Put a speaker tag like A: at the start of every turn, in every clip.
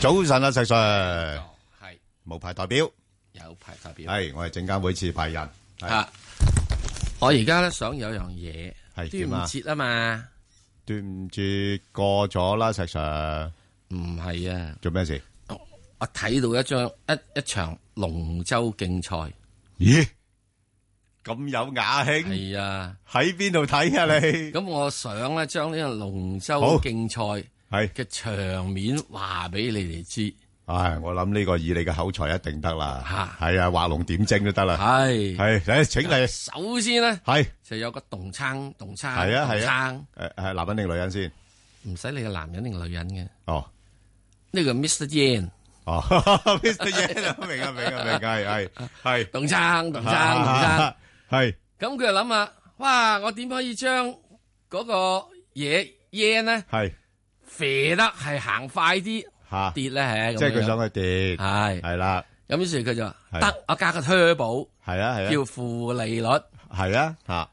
A: 早晨啊，石Sir。
B: 係。
A: 冇派代表。
B: 有排代表。
A: 係，我係證監會持牌人。係，
B: 啊！我而家咧想有樣嘢，
A: 係點
B: 端
A: 啊
B: 午節啊嘛，
A: 端午節過咗啦，石Sir。做咩事？
B: 唔係啊，我睇到一張一一場龍舟競賽，
A: 咁有雅興？
B: 係啊，
A: 喺邊度睇啊，你？
B: 咁我想咧將呢個龍舟
A: 好
B: 競賽嘅場面話俾你哋知，
A: 係。唉，我諗呢個以你嘅口才一定得啦。
B: 嚇。
A: 係啊，畫龍點睛都得啦。
B: 係
A: 係，嚟，請你。
B: 首先咧
A: 係，誒，誒，
B: 就有個動撐動撐
A: 係啊係啊
B: 動 撐，唔使理個男人定女人嘅，
A: 係男人定女人先？哦，哦，
B: 呢個 Mr. Yan
A: Mr. Yan，明啊，明啊，明啊，係，係，係。
B: 動撐動撐動撐。
A: 係。
B: 咁佢就諗啊，哇！我點可以將嗰個嘢 yen 咧
A: 系
B: 肥得係行快啲
A: 吓，即
B: 跌咧？係
A: 系佢想去跌，
B: 係
A: 系啦，
B: 咁，於是佢就話
A: 係
B: 得我加個 turbo
A: 系啊，系
B: 叫負利率。
A: 啊，系啊，吓，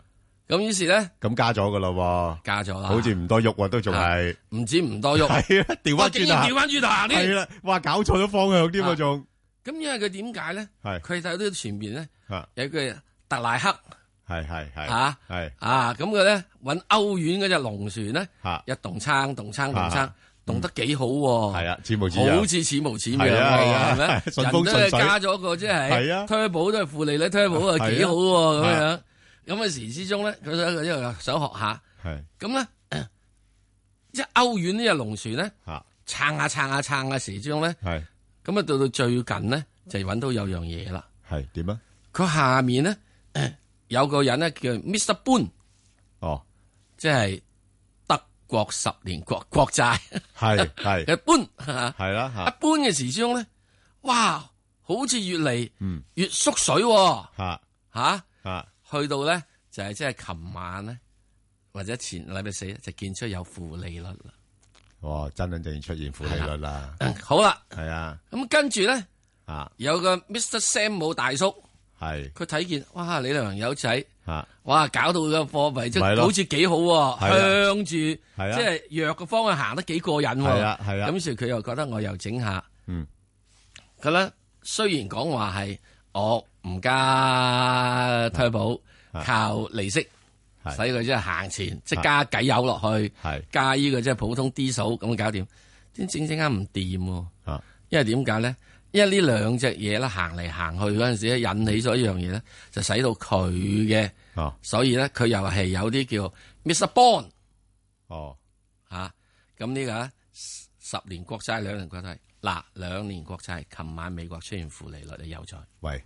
B: 咁於是咧
A: 咁加咗噶咯
B: 加咗
A: 喎，
B: 啦，
A: 好似唔多喐喎，都仲系，
B: 唔止唔多啊喐，
A: 系啊，调
B: 我
A: 翻
B: 竟
A: 转
B: 然
A: 啊
B: 調，翻轉頭行
A: 系
B: 啲。
A: 啦，哇，搞错咗方向添啊，
B: 啊
A: 仲
B: 咁因為佢點解咧？
A: 係
B: 佢睇到前面咧
A: 啊
B: 有句特賴克
A: 系系系
B: 嚇
A: 系
B: 啊，咁佢咧揾歐元嗰只龍船咧，
A: 吓，
B: 一動撐動撐動撐
A: 啊，
B: 動得幾好喎。
A: 系啊，似模似
B: 哦好
A: 樣，
B: 似似模似樣
A: 係啊係啊
B: 喎，係咪？
A: 順
B: 人
A: 風
B: 都
A: 順水
B: 係加咗個即係
A: 係啊
B: turbo 都係負利率 turbo 啊，幾好喎咁
A: 係啊
B: 樣。咁嘅時之中咧，佢想佢因為想學下，
A: 系
B: 咁咧呃 即係歐元呢只龍船咧
A: 吓，
B: 撐下撐下撐嘅時之中咧，
A: 系
B: 咁啊到到最近咧就揾到有樣嘢啦。
A: 系点啊？
B: 佢下面咧呃 有個人咧叫 Mr. Boon，
A: 哦，
B: 即係德國十年國國 債
A: 系系
B: 嘅 Boon
A: 系啦
B: 一
A: 吓
B: 般嘅時鐘咧，哇，好似越嚟
A: 嗯
B: 越縮水喎、
A: 吓
B: 吓、
A: 吓，
B: 去到咧就係即係琴晚咧，或者前禮拜四呢就見出有負利率啦。
A: 哇，真真正正出現負利率啦，
B: 好啦，
A: 係啊，
B: 咁跟住咧
A: 啊
B: 有個 Mr. Sam 武大叔，
A: 係
B: 佢睇見哇，你兩友仔。
A: 吓
B: 哇！搞到個貨幣即
A: 咪
B: 係
A: 咯
B: 好似幾好喎，
A: 係啊
B: 向住即
A: 係啊
B: 係弱嘅方向行得幾過癮喎。
A: 係啊係啊
B: 咁於是佢又覺得我又整下，
A: 嗯，
B: 佢咧雖然講話係我唔加退保，
A: 啊
B: 靠利息
A: 係
B: 使佢即係行前，即
A: 啊
B: 係加偈油落去，
A: 係
B: 加呢個即係普通 D 數咁搞掂，點整整啱唔掂喎？
A: 啊
B: 因為點解咧？因為呢兩隻嘢咧行嚟行去嗰陣時咧，引起咗一樣嘢咧，就使到佢嘅。
A: 哦
B: 所以咧佢又係有啲叫 Mr. Bond
A: 哦
B: 啊，咁呢個啊十十年國債兩年國債，嗱兩年國債，琴晚美國出現負利率你又再
A: 喂，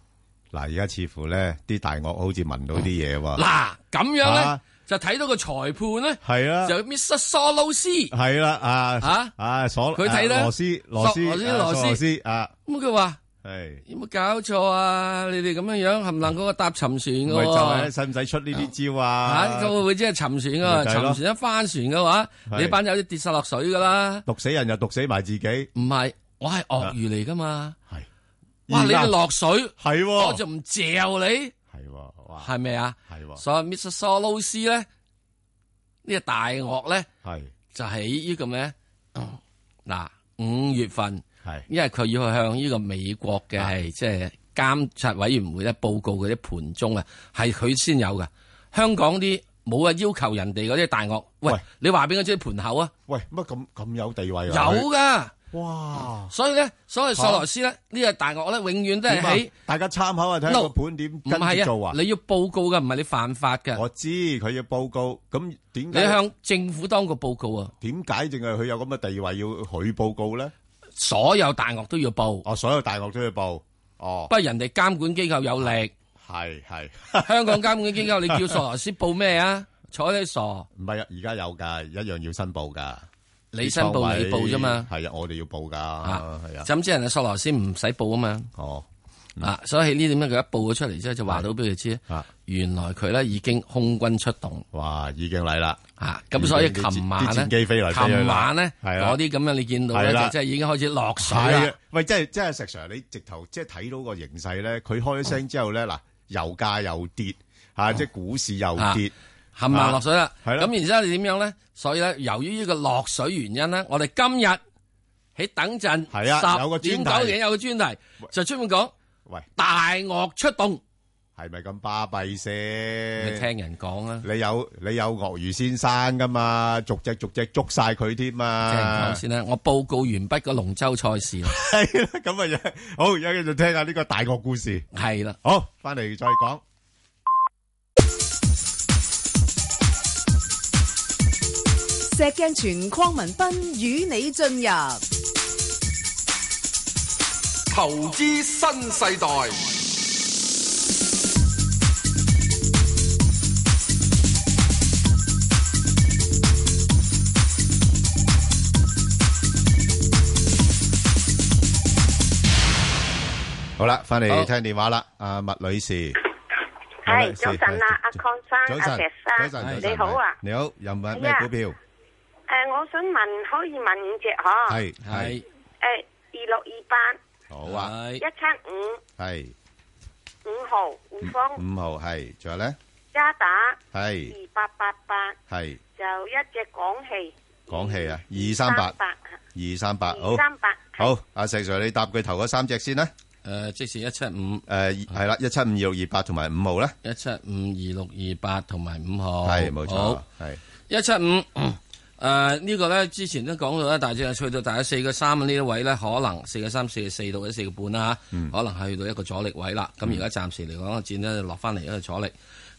A: 嗱，而家似乎咧啲大鱷好似聞到啲嘢喎，
B: 嗱咁樣咧、
A: 啊
B: 就睇到個裁判咧
A: 係啦，
B: 就 Mr. Soros
A: 係啦，啊
B: 啊
A: 啊所
B: 佢睇呢
A: 啊羅斯羅斯
B: 索羅斯
A: 啊
B: 羅斯
A: 索羅斯啊，
B: 咁佢話
A: 係
B: 有冇搞錯啊？你哋咁樣樣冚唪唥嗰個搭沉船嘅
A: 咪就係
B: 喎。
A: 使唔使出呢啲招
B: 吓，
A: 啊？
B: 佢會即係沉船噶，
A: 咪計
B: 沉
A: 咯
B: 船一翻船嘅話，
A: 係
B: 你班友都跌晒落水噶啦。
A: 毒死人又毒死埋自己，係
B: 唔係，我
A: 啊
B: 係鱷魚嚟噶嘛。哇！
A: 而
B: 你
A: 家
B: 哋落水，
A: 係
B: 我
A: 喎
B: 就唔嚼你，
A: 係喎，哇
B: 係咪啊？
A: 係喎
B: 所以 Mr. Soros 咧，呢個大鱷咧
A: 係
B: 就喺呢個咩？哦嗱，五月份，
A: 係
B: 因為佢要去向呢個美國嘅
A: 啊
B: 係即係監察委員會咧報告嗰啲盤中啊，係佢先有嘅。香港啲冇啊，要求人哋嗰啲大鱷，喂
A: 喂，
B: 你話俾我知盤口啊，
A: 喂乜咁咁有地位啊？
B: 有噶。
A: 佢哇！
B: 所以咧，所謂索羅斯咧，呢個大鱷咧，永遠都係
A: 點啊
B: 喺
A: 大家參考下睇下個
B: No，
A: 盤點
B: 唔
A: 跟住
B: 係
A: 做
B: 啊
A: 啊，！
B: 你要報告嘅，唔係你犯法嘅。
A: 我知佢要報告，咁點
B: 你
A: 解
B: 向政府當局報告啊，
A: 點解淨係佢有咁嘅地位要佢報告咧？
B: 所有大鱷都要報，
A: 哦，所有大學都要報。哦
B: 不，過人哋監管機構有 力，
A: 係係，
B: 香港監管機構你叫索羅斯報咩啊？睬你傻！
A: 唔係啊？而家有㗎，一樣要申報㗎。
B: 你申報你報啫嘛，
A: 係啊，我哋要報㗎，
B: 啊
A: 係啊，
B: 咁即係索羅斯唔使報啊嘛，
A: 哦，
B: 啊，所以呢點咧佢一報咗出嚟之後就話到俾佢知
A: 啊，
B: 原來佢咧已經空軍出動
A: 哇，已經嚟啦，
B: 啊，咁所以
A: 已經嗯啲
B: 琴
A: 啲
B: 晚
A: 戰
B: 咧，
A: 機飛嚟飛去啦
B: 琴晚咧
A: 係啦
B: 嗰啲咁樣你見到咧
A: 係啦
B: 就即係已經開始落水
A: 係
B: 啦
A: 啊，，喂，即係即係石 Sir，你直頭即係睇到個形勢咧，佢開聲之後咧，嗱，油價又跌，嚇，即係股市又跌，
B: 冚唪唥落水啦，
A: 啊係啦
B: 咁然之後你點樣咧？所以咧，由於呢個落水原因咧，我哋今日喺等陣
A: 係啊有個
B: 十點
A: 專題
B: 九點有個專題就專門講
A: 喂，
B: 大鱷出動，
A: 係咪咁巴閉先？
B: 你聽人講啊。
A: 你有你有鱷魚先生噶嘛？逐隻逐隻捉晒佢添嘛？
B: 聽人講先啦，我報告完畢個龍舟賽事啦，
A: 係啦，咁啊嘢，好，而家繼續聽下呢個大鱷故事。
B: 係啦，
A: 好，翻嚟再講。
C: 石鏡泉邝文斌與你進入
D: 投資新世代，
A: 好啦，翻
B: 好
A: 嚟聽電話啦。阿麥女士，麥
E: 系
A: 女士
E: 早晨啊，阿邝
A: 早
E: 生、
A: 晨
E: 阿石，
A: 早
E: 生，
A: 晨，
E: 你好啊。
A: 你好，又問咩
E: 係啊
A: 股票？
E: 诶，我想问，可以问五只嗬？
A: 係係
B: 係
E: 诶，二六二八、
A: 好啊，
E: 一
B: 係
E: 七五、
A: 係
E: 五号、汇丰、
A: 五號係，仲有咧
E: 渣打、
A: 嗯係
E: 二八八八，
A: 係
E: 就一只港气。
A: 港氣啊，二三八二三八，好
E: 二三八。
A: 好，阿石 Sir 你答佢頭嗰三隻先啦。
B: 誒，即是一七五、
A: 誒係啦，一七五二六二八同埋五號咧，
B: 一七五、二六二八同埋五號，
A: 係冇錯
B: 好，
A: 係
B: 一七五。誒呢個咧，之前都講到啦，大致去到大概四個三呢一位咧，可能四個三、四個四到一四個半啦嚇，
A: 嗯
B: 可能係去到一個阻力位啦。咁而家暫時嚟講，個戰咧落翻嚟一個阻力。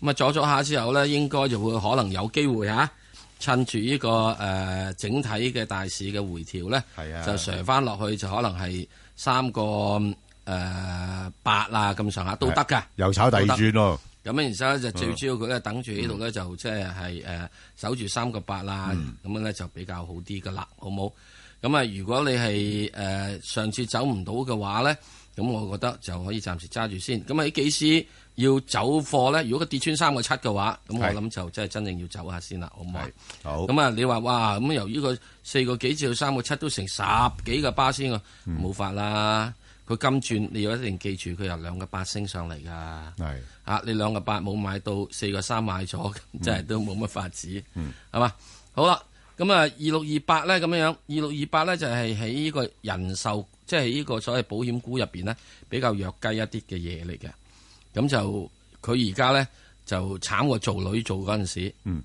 B: 咁啊，阻咗下之後咧，應該就會可能有機會嚇，趁住呢個誒整體嘅大市嘅回調咧
A: 係啊，
B: 就上翻落去就可能係三個誒八啊咁上下都得㗎。
A: 又炒第二轉咯。
B: 咁然之後咧就最主要佢咧等住呢度
A: 嗯
B: 咧就即係係誒守住三個八啦，咁樣咧就比較好啲噶啦，好冇？咁啊，如果你係誒、呃上次走唔到嘅話咧，咁我覺得就可以暫時揸住先。咁啊，喺幾時要走貨咧？如果佢跌穿三個七嘅話，咁我
A: 係
B: 諗就真係真正要走下先啦，好唔好啊？
A: 好
B: 咁啊，你話哇，咁由於個四個幾至到三個七都成十幾個巴先喎，
A: 嗯
B: 冇、法啦。佢金轉你要一定記住，佢由兩個八升上嚟㗎。
A: 係
B: 啊，你兩個八冇買到，四個三買咗，咁真係都冇乜法子，係嘛、好啦，咁啊，二六二八咧咁樣樣，二六二八咧就係喺呢個人壽，即係呢個所謂保險股入邊咧比較弱雞一啲嘅嘢嚟嘅。咁就佢而家咧就慘過做女做嗰陣時。
A: 嗯，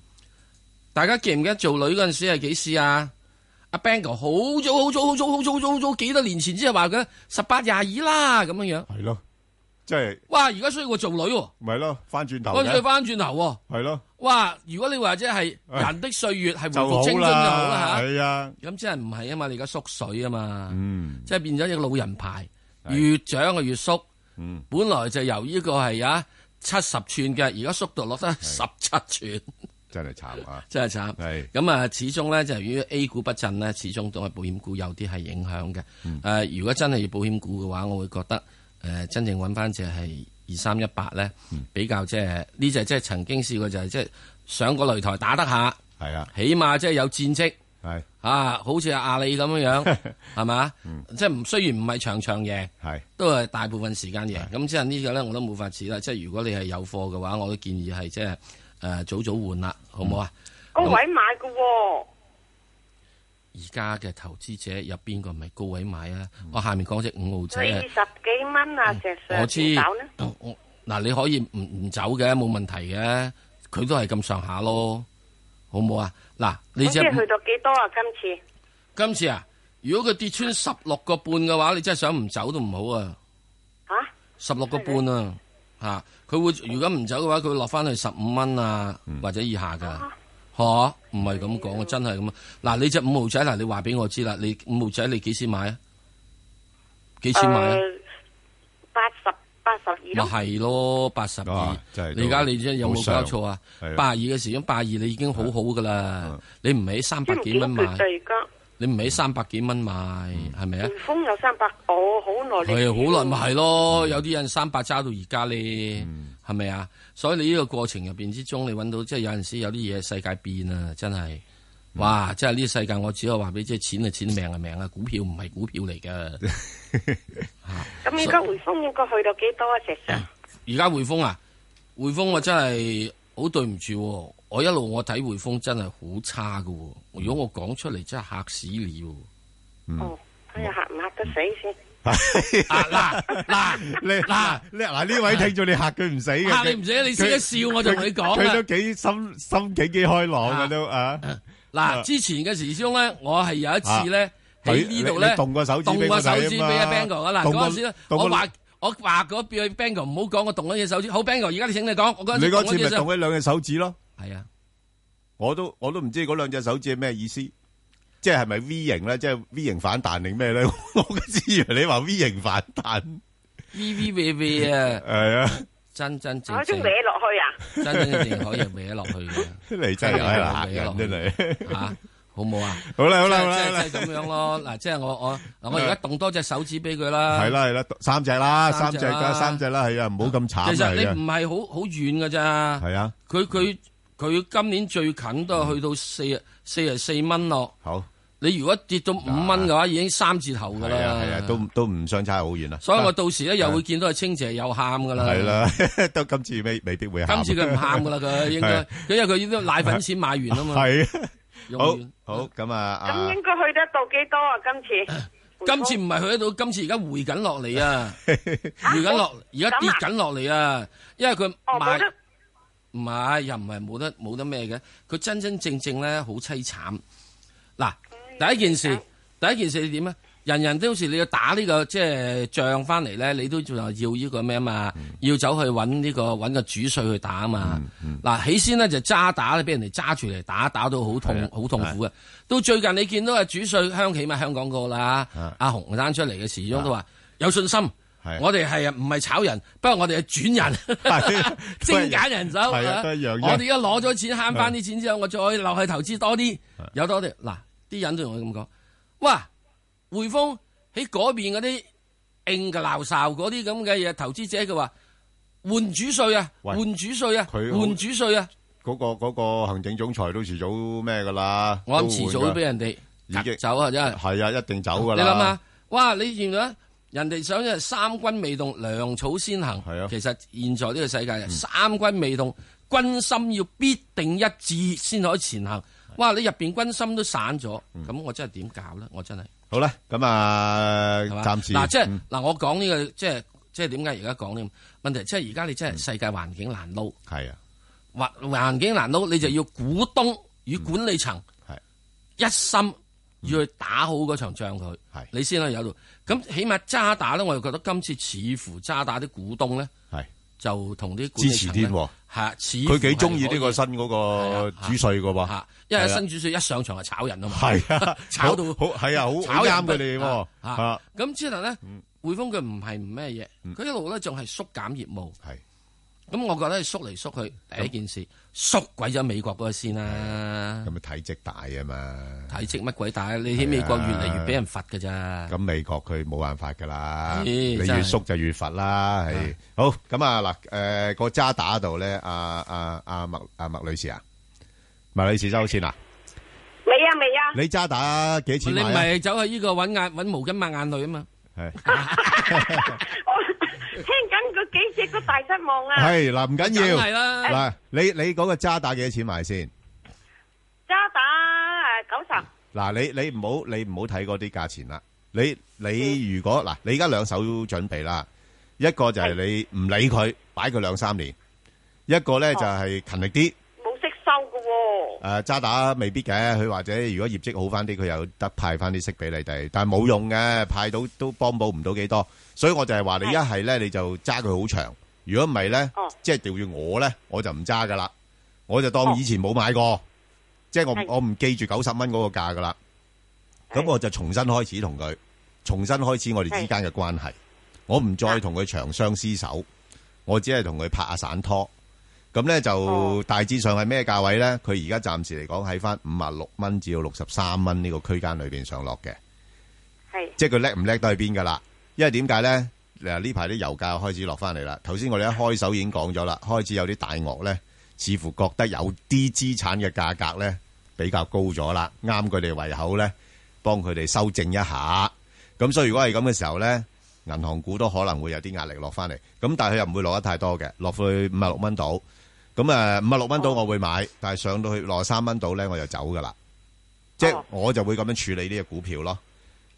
B: 大家記唔記得做女嗰陣時係幾時啊？阿 Bang 哥好早好早好早好早好早好早幾多年前先係話佢十八廿二啦咁樣樣。
A: 係咯，即係
B: 哇！而家需要過做女喎，
A: 咪咯，翻轉頭
B: 跟住
A: 嘅
B: 翻轉頭喎。
A: 係咯。
B: 哇！如果你話即係人的歲月係回復青春就好啦
A: 係啊，
B: 吓，咁即係唔係啊嘛？你而家縮水啊嘛，
A: 嗯
B: 即係變咗一個老人牌，
A: 係
B: 越長啊就越縮。
A: 嗯，
B: 本來就由呢個係啊七十寸嘅，而家縮到落得十七寸，
A: 真係慘啊，
B: 真係慘。
A: 係
B: 咁啊，始終咧就係於 A 股不振咧，始終都係保險股有啲係影響嘅。誒、如果真係要保險股嘅話，我會覺得誒、呃真正揾翻只係二三一八咧，比較即係呢只即係曾經試過就係即係上個擂台打得下，
A: 係啊，
B: 起碼即係有戰績
A: 係
B: 啊，好似阿里咁樣樣係嘛？即係唔雖然唔係場場贏。
A: 係
B: 都係大部分時間贏，咁即係呢個咧，我都冇法子啦。即係如果你係有貨嘅話，我都建議係即係誒早早換啦，好唔好啊？
E: 高位买嘅喎，
B: 而家嘅投資者有邊個唔係高位買啊？我下面講只五號仔
E: 佢
B: 啊
E: 二，十几蚊
A: 嗯
E: 啊，石 Sir，
B: 我知
E: 點搞呢？
B: 我我嗱，你可以唔唔走嘅，冇問題嘅，佢都係咁上下咯，好唔好啊？嗱，你
E: 咁
B: 只
E: 即係去到幾多啊？今次
B: 今次啊，如果佢跌穿十六個半嘅話，你真係想唔走都唔好啊！
E: 吓？
B: 十六個半啊，嚇佢會如果唔走嘅話，佢會落翻去十五蚊啊
A: 嗯
B: 或者以下㗎，嚇唔係咁講啊，真係咁啊！嗱，你只五號仔嗱，你話俾我知啦，你五號仔你幾時買啊？幾錢買啊？
E: 誒呃八十八十二
B: 咪
E: 咯。
B: 係咯，八十二
A: 啊真係。都
B: 你而家你真有冇搞錯啊
A: 好傷？啊
B: 八二嘅時鐘，八二你已經好好噶啦，你唔係喺三
E: 即
B: 百
E: 係唔
B: 幾蚊
E: 見
B: 買
E: 佢。對而家
B: 你唔係三百幾蚊買
A: 嗯
B: 係咪啊？
E: 匯豐有三百，我好耐
B: 係啊
E: 歷史
B: 好耐咪係咯，有啲人三百揸到而家咧，係咪啊？所以你呢個過程入邊之中，你揾到即係有陣時有啲嘢世界變啊，真係。哇！即係呢個世界，我只可以話俾你知，錢係錢，命係命啊！股票唔係股票嚟嘅。
E: 咁而家匯豐應該去到幾多啊？石 Sir，
B: 而家匯豐啊，匯豐我真係好對唔住喎，我一路我睇匯豐真係好差嘅喎。如果我講出嚟，真係嚇死你喎！
E: 哦，睇下嚇唔嚇得死
B: 啊
E: 先。
B: 嗱嗱
A: 你
B: 嗱
A: 你嗱呢位聽眾你嚇佢唔死嘅，
B: 嚇你唔死，你先一笑我就同你講
A: 佢都
B: 啊！
A: 幾心心境幾開朗嘅
B: 啊
A: 都啊，
B: 嗱，之前嘅時鐘咧，我係有一次咧喺呢度
A: 你
B: 咧
A: 你動個手指
B: 動
A: 俾
B: 個
A: 我
B: 手
A: 睇
B: 指俾
A: 啊
B: 阿
A: 嘛
B: Bang 哥啊！嗱
A: 動個
B: 嗰陣時咧，
A: 動
B: 我
A: 個
B: 話我話嗰俾 Bang 哥唔好講我動咗隻手指，好 Bang 哥，而家你請你講，我嗰陣
A: 你
B: 時
A: 嗰
B: 動
A: 次
B: 咗
A: 咪
B: 隻
A: 動
B: 手，
A: 咗兩隻手指咯，
B: 係啊，
A: 我都我都唔知嗰兩隻手指係咩意思，即係係咪 V 型咧，即係 V 型反彈定 咩咧？我嗰次以為你話 V 型反彈，
B: V V V V 啊，
A: 係啊，
B: 真真正
E: 我都
B: 正
E: 搲落去啊！
B: 真真正正可以搲落去嘅。
A: 你真係喺度嚇人真係。
B: 吓、好冇啊？
A: 好啦好
B: 好
A: 啦好啦好啦
B: 即系咁樣咯。嗱，即係我我嗱我而家動多隻手指俾佢啦。
A: 係啦係啦，三隻啦，三隻
B: 三隻啦
A: 啦，三隻啦，係啊，唔好咁慘啊
B: 其實
A: 係啊
B: 你唔係好好遠噶咋。
A: 係啊，
B: 佢佢佢今年最近都
A: 嗯
B: 係去到四啊四啊四蚊咯。
A: 好，
B: 你如果跌到五蚊嘅話，已經三字頭噶
A: 啊係
B: 啦。
A: 啊係啊，都唔都唔相差好遠啦。
B: 所以我到時咧又會見到阿清姐又喊噶啦。
A: 係。啦， 都今次未未必會
B: 今
A: 喊。
B: 次佢唔喊噶啦，佢應該，因為佢已經奶粉錢買完啊嘛。
A: 係啊，
B: 用
A: 好
B: 完
A: 好咁啊
E: 咁
A: 啊
E: 應該去得到幾多啊？今次
B: 今次唔係去得到，今次而家回緊落嚟 啊，回緊落，而家跌緊落嚟啊，因為佢
E: 哦冇
B: 賣
E: 得
B: 唔係又唔係冇得冇得咩嘅，佢真真正正咧好凄慘。嗱，第一件事，第一件事你點啊？人人都好似你要打呢、個即係仗翻嚟咧，你都仲話要呢個咩啊嘛？要走去揾呢、個揾個主帥去打啊嘛。嗱、起先呢就揸打咧，俾人哋揸住嚟打，打到好痛好痛苦嘅。到最近你見到啊主帥香起咪香港個啦
A: 係，
B: 阿洪生出嚟嘅時鐘都話有信心
A: 係。
B: 我哋係啊，唔係炒人，不過我哋係轉人。
A: 係
B: 精簡人手，
A: 係啊
B: 啊
A: 都一樣啫
B: 我哋而家攞咗錢慳翻啲錢之後，我再落去投資多啲，有多啲。嗱，啲人都同我咁講，哇！匯豐喺嗰邊嗰啲硬嘅鬧哨嗰啲咁嘅嘢，投資者佢話換主帥啊，
A: 喂
B: 換主帥啊，
A: 佢
B: 換
A: 好
B: 主帥啊！
A: 嗰個嗰個行政總裁都遲早咩噶啦，
B: 我
A: 都
B: 諗遲早
A: 換
B: 都
A: 㗎
B: 俾人哋
A: 已經
B: 隔走啊，真係。
A: 係啊，一定走噶
B: 你
A: 啦。
B: 諗下，哇！你見唔見啊？人哋想嘅三軍未動，糧草先行。
A: 係啊嗯
B: 其實現在呢個世界係三軍未動，軍心要必定一致先可以前行。哇！你入邊軍心都散咗，
A: 嗯
B: 咁我真係點搞咧？我真係
A: 好啦，咁啊，
B: 係嘛？
A: 暫時
B: 嗱，即係
A: 嗯
B: 嗱，我講呢個即係即係點解而家講呢個問題？即係而家你真係世界環境難撈，
A: 係啊，
B: 環環境難撈，你就要股東與管理層
A: 嗯係
B: 一心要去打好嗰場仗佢。
A: 係
B: 你先可以有到。咁起碼渣打咧，我又覺得今次似乎渣打啲股東咧
A: 係
B: 就同啲管
A: 支
B: 理
A: 持
B: 層
A: 天
B: 咧
A: 喎，
B: 係似乎
A: 佢幾中意呢個
B: 係
A: 新嗰個
B: 係啊
A: 主帥噶
B: 可以
A: 喎。
B: 嚇，因為
A: 係啊
B: 新主帥一上場就炒人啊嘛，
A: 係啊，
B: 炒到
A: 好好係啊，好
B: 炒
A: 好
B: 人
A: 啱佢哋喎
B: 啊
A: 啊
B: 嚇。咁之後咧，
A: 嗯
B: 匯豐佢唔係唔咩嘢，佢一路咧仲係縮減業務。
A: 係
B: 咁我覺得係縮嚟縮去，第一件事縮鬼咗美國嗰個先啦。
A: 咁啊，體積大啊嘛，
B: 體積乜鬼大啊？你喺美國越嚟越俾人罰㗎咋。
A: 咁美國佢冇辦法噶啦，你
B: 咦
A: 越
B: 真係
A: 縮就越罰啦，係好咁啊嗱，誒個渣打度咧，阿阿阿麥阿麥女士啊，麥女士收錢啦，
E: 未啊未啊？
A: 你渣打幾
B: 你
A: 錢
B: 唔
A: 買啊？
B: 係走去呢個揾眼揾毛巾抹眼淚啊嘛？
A: 係
E: 我 聽緊嗰幾隻都大失望啊！
A: 係嗱，唔
B: 梗
A: 緊要
B: 係。啦。
A: 嗱，你你嗰個渣打幾多錢買先？
E: 渣打誒九十，
A: 嗱，你你唔好你唔好睇嗰啲價錢啦。你你如果嗱，你而家兩手準備啦，一個就係你唔理佢，擺佢兩三年；一個咧就係勤力啲。
E: 冇息收嘅喎。
A: 誒渣打未必嘅，佢或者如果業績好翻啲，佢又得派翻啲息俾你哋，但係冇用嘅，派到都幫補唔到幾多。所以我就係話你
E: 係
A: 一係咧你就揸佢好長，如果唔係咧
E: 哦，
A: 即係調住我咧，我就唔揸噶啦，我就當以前冇買過，即哦係我
E: 係
A: 我唔記住九十蚊嗰個價噶啦，咁
E: 係
A: 我就重新開始同佢，重新開始我哋之間嘅關係，我唔再同佢長相厮守，我只係同佢拍下散拖。咁咁咧就
E: 哦
A: 大致上係咩價位咧？佢而家暫時嚟講喺翻五啊六蚊至到六十三蚊呢個區間裏邊上落嘅，
E: 係
A: 即係佢叻唔叻都喺邊噶啦。因為點解咧？嗱呢排啲油價開始落翻嚟啦。頭先我哋一開手已經講咗啦，開始有啲大鱷咧，似乎覺得有啲資產嘅價格咧比較高咗啦，啱佢哋胃口咧，幫佢哋修正一下。咁所以如果係咁嘅時候咧，銀行股都可能會有啲壓力落翻嚟。咁但係佢又唔會落得太多嘅，落去五啊六蚊度。咁啊，五啊六蚊
E: 哦
A: 到我會買，但係上到去六啊三蚊到咧，我就走噶啦。即係
E: 哦
A: 我就會咁樣處理呢只股票咯。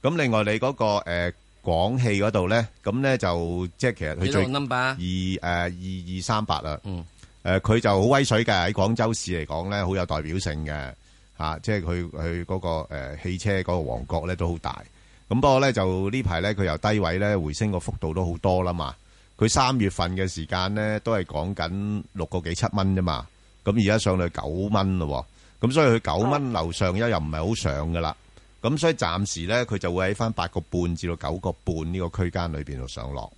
A: 咁另外你嗰、個誒廣汽嗰度咧，咁咧就即係其實
B: 幾
A: 佢
B: 多
A: 最
B: 個 number？啊
A: 二誒二二三八啦。
B: 嗯。
A: 誒佢就好威水嘅，喺廣州市嚟講咧，好有代表性嘅嚇、啊即係佢佢嗰個、呃、汽車嗰個王國咧都好大。咁不過咧就呢排咧佢由低位咧回升個幅度都好多啦嘛。佢三月份嘅時間咧都係講緊六個幾七蚊啫嘛。咁而家上到去九蚊咯喎，咁所以佢九蚊樓上咧又唔係好上噶啦。咁所以暫時咧佢就會喺翻八個半至到九個半呢個區間裏邊度上落，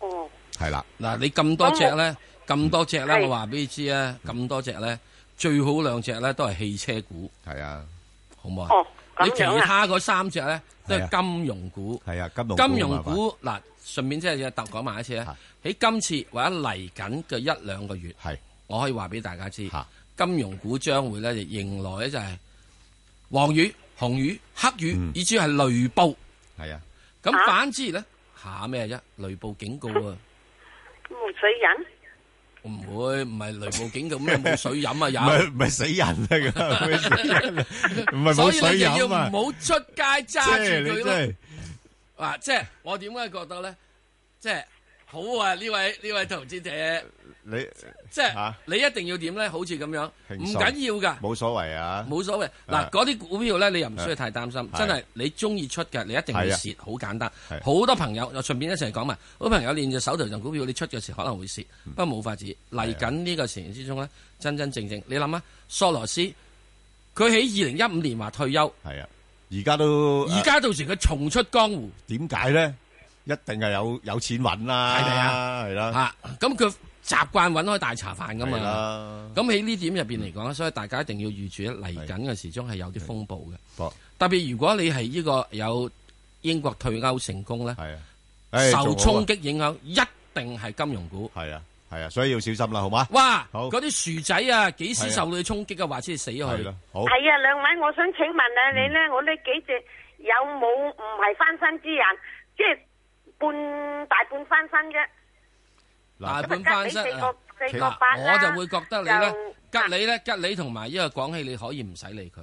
E: 哦，
A: 係啦。
B: 嗱，你咁多隻咧，咁多隻咧，
E: 啊係
B: 我話俾你知啊，咁多隻咧，最好兩隻咧都係汽車股，
A: 係啊，
B: 好唔好
E: 哦
B: 啊？，
E: 咁
B: 你其
E: 樣啊，
B: 他嗰三隻咧都
A: 係啊
B: 係金融股。
A: 係啊，金融
B: 金融
A: 麻煩
B: 股嗱，順便即係特講埋一次咧
A: 係，
B: 喺今次或者嚟緊嘅一兩個月，
A: 係
B: 我可以話俾大家知
A: 嚇。，
B: 金融股將會咧就迎來咧就係黃魚、紅魚、黑魚，
A: 嗯
B: 以至係雷暴。
A: 係啊。
B: 咁
E: 啊
B: 反之咧，下咩啫？雷暴警告啊！
E: 冇水人，
B: 唔會，唔係雷暴警告，咩冇水飲 啊？
A: 唔
B: 有，
A: 係唔係死人 嚟噶，唔係死人啊，唔係
B: 所
A: 冇
B: 以你
A: 水
B: 就要
A: 飲
B: 唔
A: 啊！
B: 好出街揸
A: 即係
B: 住
A: 你
B: 佢
A: 真
B: 咯。
A: 係
B: 啊，即係我點解覺得咧？即係好啊！呢位呢位投資者，
A: 你
B: 即係
A: 啊
B: 你一定要點咧？好似咁樣，
A: 輕
B: 唔
A: 鬆
B: 緊要噶。
A: 冇所謂啊，
B: 冇所謂，嗱
A: 啊
B: 嗰啲股票咧，你又唔需要太擔心，
A: 係啊
B: 真係你中意出嘅，你一定會蝕，好簡單。
A: 係
B: 好多朋友，我順便一齊講埋，好多朋友練住手頭上股票，你出嘅時可能會蝕，
A: 嗯
B: 不過冇法子。嚟緊呢個情形之中咧，真真正正，你諗下，啊索羅斯佢喺二零一五年話退休，
A: 係啊，而家都
B: 而家到時佢重出江湖
A: 點解咧？一定係有有錢揾啦，
B: 係咪
A: 係啦，
B: 嚇，啊咁佢習慣揾開大茶飯噶
A: 係
B: 嘛。
A: 啦，
B: 咁啊喺呢點入邊嚟講，所以大家一定要預住嚟緊嘅時鐘係有啲風暴嘅。
A: 博
B: 特別如果你係呢個有英國退歐成功咧，
A: 係啊，唉
B: 受衝，
A: 仲
B: 擊影響一定係金融股。
A: 好啊係啊，係啊，所以要小心啦，好嗎？
B: 哇！
A: 好
B: 嗰啲薯仔啊，幾時
A: 係啊
B: 受到衝擊啊，或者係死
A: 係
B: 去
A: 啦，好
E: 係啊，兩位，我想請問啊，你咧，我呢幾隻有冇唔係翻身之人，即係半大半翻身啫？
B: 大
A: 嗱，
B: 半翻身
E: 四
B: 啊
E: 個！四個
B: 嗱
E: 八
B: 我
E: 啦，
B: 就會覺得你咧
E: 就，
B: 吉你咧，吉你同埋呢個廣汽，你可以唔使理佢，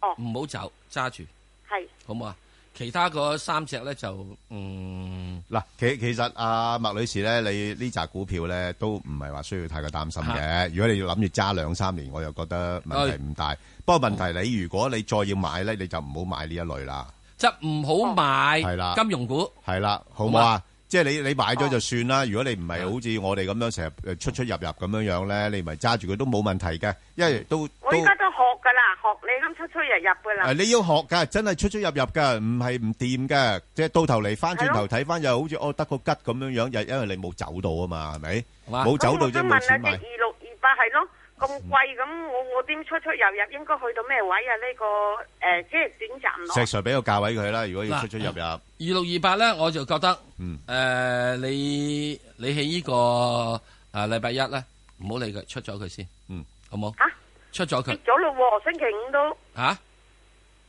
E: 哦
B: 唔好走，揸住，
E: 係
B: 好唔好啊？其他嗰三隻咧就嗯
A: 嗱，其其實阿麥女士咧，你呢扎股票咧都唔係話需要太過擔心嘅。如果你要諗住揸兩三年，我又覺得問題唔大。不過問題你如果你再要買咧，你就唔好買呢一類啦。
B: 即係唔好買
A: 係啦
B: 金融股，
A: 係啦，好唔
B: 好
A: 好
B: 啊
A: 啊？即係你你買咗就算啦。如果你唔係好似我哋咁樣成日呃出出入入咁樣樣咧，你咪揸住佢都冇問題嘅，因為都
E: 我
A: 都
E: 依家都學㗎啦，學你咁出出入入㗎啦
A: 誒，你要學㗎，真係出出入入㗎，唔係唔掂㗎。即係到頭嚟翻轉頭睇翻又好似哦得個吉咁樣樣，又因為你冇走到啊嘛，係咪？
B: 係嘛？
A: 冇走
E: 咁
A: 到
E: 我
A: 啫，
E: 想
A: 冇
E: 問啊，
A: 錢
E: 即
A: 買。
E: 二六二八係咯，咁貴咁，我我點出出入入應該去到咩位啊？呢、個誒、呃即係短暫
A: 石
E: 內
A: Sir 俾個價位佢啦，如果要
B: 嗱
A: 出出入入，
B: 二六二八咧，我就覺得，誒、
A: 嗯
B: 你你喺呢、個誒禮拜一咧，唔好理佢，出咗佢先，
A: 嗯，
B: 好冇？
E: 嚇
B: 出咗
E: 跌
B: 佢
E: 咗咯喎，星期五都
B: 嚇，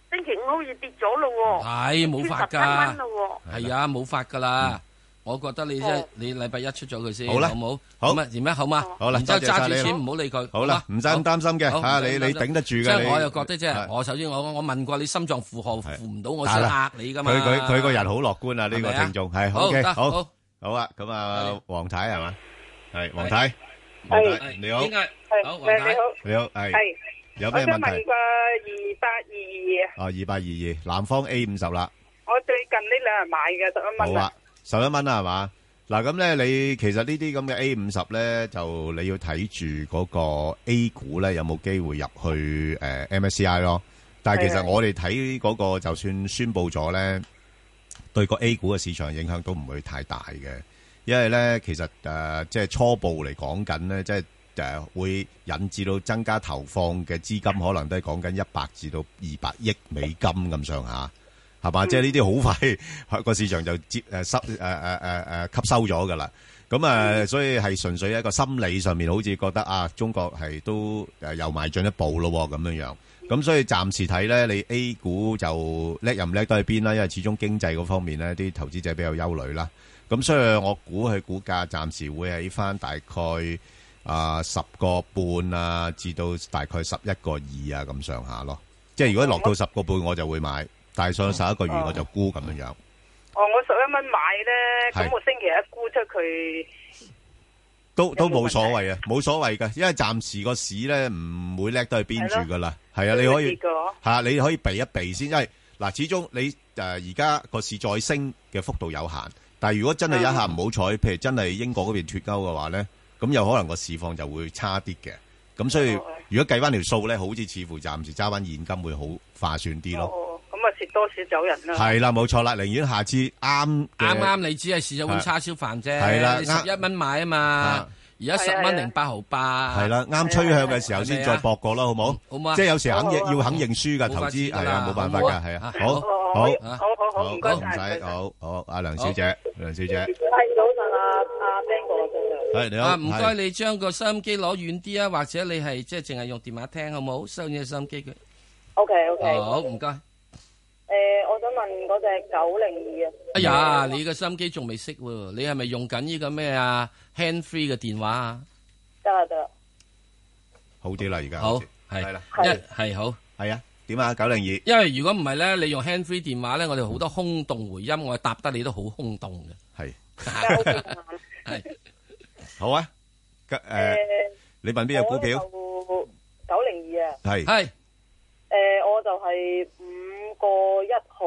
E: 星期五好似跌咗咯
B: 係
E: 喎，
B: 冇法
E: 穿十七蚊
B: 㗎，
E: 咯
B: 係啊，冇法㗎啦。我覺得你即係
E: 哦
B: 你禮拜一出咗佢先，
A: 好啦
B: 好冇？
A: 好
B: 咁啊，點樣好嘛？
A: 好啦
B: 然之後
A: 多謝晒
B: 揸住
A: 你啦
B: 錢，唔好理佢。
A: 好啦
B: 嘛
A: 唔使咁擔心嘅
B: 好
A: 嚇
B: 唔使咁
A: 你
B: 擔
A: 你
B: 心
A: 頂得住嘅
B: 即係
A: 你
B: 我又覺得即係
A: 係
B: 我首先我我問過你心臟負荷
A: 係
B: 負唔到，我
A: 打
B: 先
A: 啦
B: 呃你㗎嘛。
A: 佢佢佢個人好樂觀啊！呢個
B: 係咪啊
A: 聽眾係
B: 好
A: OK，
B: 得
A: 好
B: 好
A: 好啊！咁啊
B: 係，
A: 黃太係嘛？係黃太，黃
F: 係
A: 太你好，
B: 應該好
F: 係
B: 黃
F: 誒
B: 太
F: 你好，
A: 你好，係
F: 係
A: 有
F: 我
A: 咩
F: 想問
A: 問題？
F: 個二八二二，
A: 啊，二八二二南方 A 五十啦，
F: 我最近呢兩日買嘅十一
A: 好
F: 蚊啊
A: 啊，，十一蚊啦係嘛？嗱咁咧，你其實呢啲咁嘅 A 五十咧，就你要睇住嗰個 A 股咧有冇機會入去呃誒 MSCI 咯。但係其實
F: 係係
A: 我哋睇嗰個就算宣布咗咧，對個 A 股嘅市場影響都唔會太大嘅，因為咧其實誒、呃即係初步嚟講緊咧，即係誒、呃、會引致到增加投放嘅資金，可能都係講緊一百至到二百億美金咁上下，係嘛？即係呢啲好快 個市場就接誒收呃誒誒誒誒吸收咗㗎啦。咁啊，呃所以係純粹一個心理上面，好似覺得啊，中國係都誒又邁進一步咯喎咁樣樣。咁所以暫時睇咧，你 A 股就叻又唔叻都喺邊啦，因為始終經濟嗰方面咧，啲投資者比較憂慮啦。咁所以我估佢股價暫時會喺翻大概啊十個半啊，至到大概十一個二啊咁上下咯。即係如果落到十個半，我就會買，但係上十一個二我就沽咁樣樣。
F: 哦，我十一蚊買咧，
A: 係
F: 咁我星期一沽出佢，
A: 都
F: 有
A: 都
F: 冇
A: 冇
F: 問題
A: 所謂啊，冇所謂嘅，因為暫時個市咧唔會叻到去邊住噶啦，係啊，你可
F: 會
A: 以
F: 跌㗎嗬
A: 係啊，你可以避一避先，因為嗱，始終你誒而家個市再升嘅幅度有限，但係如果真係一下唔好彩，譬如真係英國嗰邊脱歐嘅話咧，咁有可能個市況就會差啲嘅，咁所以
F: 哦哦
A: 如果計翻條數咧，好似似乎暫時揸翻現金會好化算啲咯，
F: 哦，咁啊蝕多少走人啦。
A: 係啦，冇錯啦，寧願下次啱嘅
B: 啱啱你只係試咗碗
A: 係
B: 叉燒飯啫，
A: 係啦
B: 你
A: 啱
B: 十一蚊買啊嘛，而家十
F: 係啊
B: 蚊
F: 係啊
B: 零八毫八，
A: 係啦，啱趨向嘅時候先
B: 係咪啊
A: 再搏過啦，好冇？
B: 好唔好啊
A: 即係有時肯認
F: 好啊
A: 要肯認輸㗎，
B: 冇
A: 投
B: 法
A: 資
B: 子㗎
A: 係
B: 啦
A: 啊，冇辦法
B: 好唔好啊
A: 㗎，係啊，
B: 啊
A: 好
F: 哦，好
A: 好
F: 好
A: Ờ,
F: 好，唔該
A: 唔
F: 晒，
A: 使，好好啊，梁小姐，梁小姐，
F: 係早晨啊，阿 Ben 哥真係。
A: 係你好，
B: 啊，唔該
A: 係
B: 你將個收音機攞遠啲啊，或者你係即係淨係用電話聽好冇？收咗收音機佢。
F: OK OK，
B: 好，唔該。
F: 诶，我想問嗰只九零二啊，
B: 哎呀，你個收音機仲未熄喎？你係咪用緊呢個咩啊？hand free 嘅電話啊？
F: 得啦得啦，
A: 好啲啦，而家
B: 好
A: 似，
B: 係
A: 係啦，
B: 一係好。
A: 係啊，點啊？九零
B: 因為如果唔係咧，你用 hand free 電話咧，我哋好多空洞回音，我答得你都好空洞嘅。
A: 二係
F: 誒，
B: 係
A: 好啊，吉誒，你問邊只股票？
F: 九零二啊，
A: 係
B: 係
F: 诶，呃我就係五個一號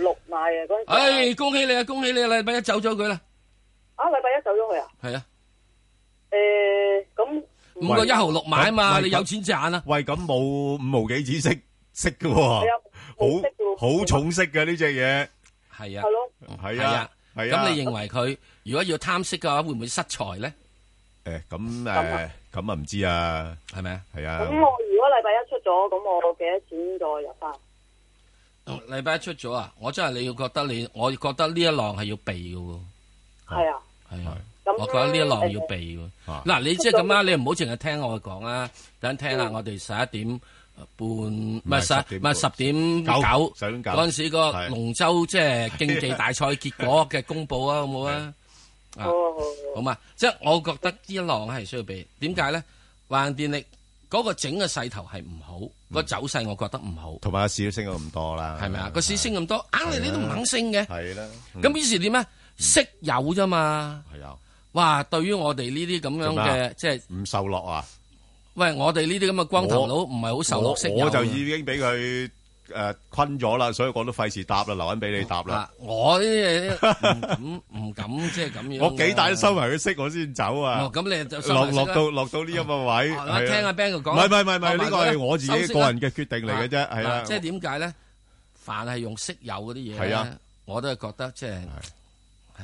F: 六買嘅嗰陣時
B: 唉，恭喜你啊！恭喜你啊！禮拜一走咗佢啦，
F: 啊，禮拜一走咗去啊，
B: 係啊，
F: 诶，咁
B: 五個一毫六買啊嘛，
A: 喂
B: 你有錢賺啊！
A: 喂，咁冇五毫幾子息息嘅喎
F: 係啊，冇息嘅喎
A: 好好重息嘅呢只
B: 係啊
F: 係，咯，
A: 嘢，
B: 係
A: 係
B: 啊
A: 啊，，係啊，
B: 咁你認為佢如果要貪息嘅話，會唔會失財咧？
A: 誒咁誒咁啊唔知啊，
B: 係咪啊？
A: 係啊
F: 咁，我如果禮拜一出咗，咁我幾多錢再入翻？
B: 禮拜一出咗啊！我真係你要覺得你，我覺得呢一浪係要避嘅喎，
F: 係啊，
B: 係啊，
F: 咁
B: 我覺得呢一浪要避嘅。
A: 啊
B: 嗱，你即係咁啦，你唔好淨係聽我講啦，等聽下我哋十一點半，唔係
A: 嗯係
B: 十
A: 10
B: 唔
A: 點
B: 係十點九
A: 九10點九
B: 嗰陣時個
A: 係
B: 龍舟即 係競技大賽結果嘅公佈啊，好冇啊？啊！好嘛，即係我覺得呢一浪係需要避。點解咧？橫掂力嗰個整嘅勢頭係唔好，個走勢我覺得唔好，
A: 同埋個市都升咗咁多啦，
B: 係咪啊？個市升咁多，硬你你都唔肯升嘅，
A: 係啦，
B: 咁於是點咧？息有啫嘛，
A: 係啊。
B: 哇！對於我哋呢啲咁樣
A: 做咩
B: 嘅
A: 啊
B: 即係，
A: 唔受落啊！
B: 喂，我哋呢啲咁嘅光頭佬
A: 我
B: 唔係好受落息
A: 我
B: 友
A: 我就
B: 嘅
A: 已經俾佢誒坤咗啦，所以我都費事答啦，留緊俾你答啦。
B: 啊！我呢啲嘢唔敢 唔敢即係咁樣嘅。
A: 我幾大都收埋佢息，我先走啊
B: 哦！！咁你就收
A: 落
B: 埋息啦
A: 落到落到呢一個位，
B: 哦嗱
A: 係啊
B: 聽阿 Ben 佢講
A: 唔
B: 啦
A: 係唔係唔係
B: 收埋
A: 唔係，呢個
B: 佢啦
A: 係我自己
B: 收息啦
A: 個人嘅決定嚟嘅啫，係
B: 嗱
A: 啦。
B: 啊即係點解咧？凡係用色友嗰啲嘢
A: 係
B: 咧
A: 啊，
B: 我都係覺得即係
A: 係
B: 係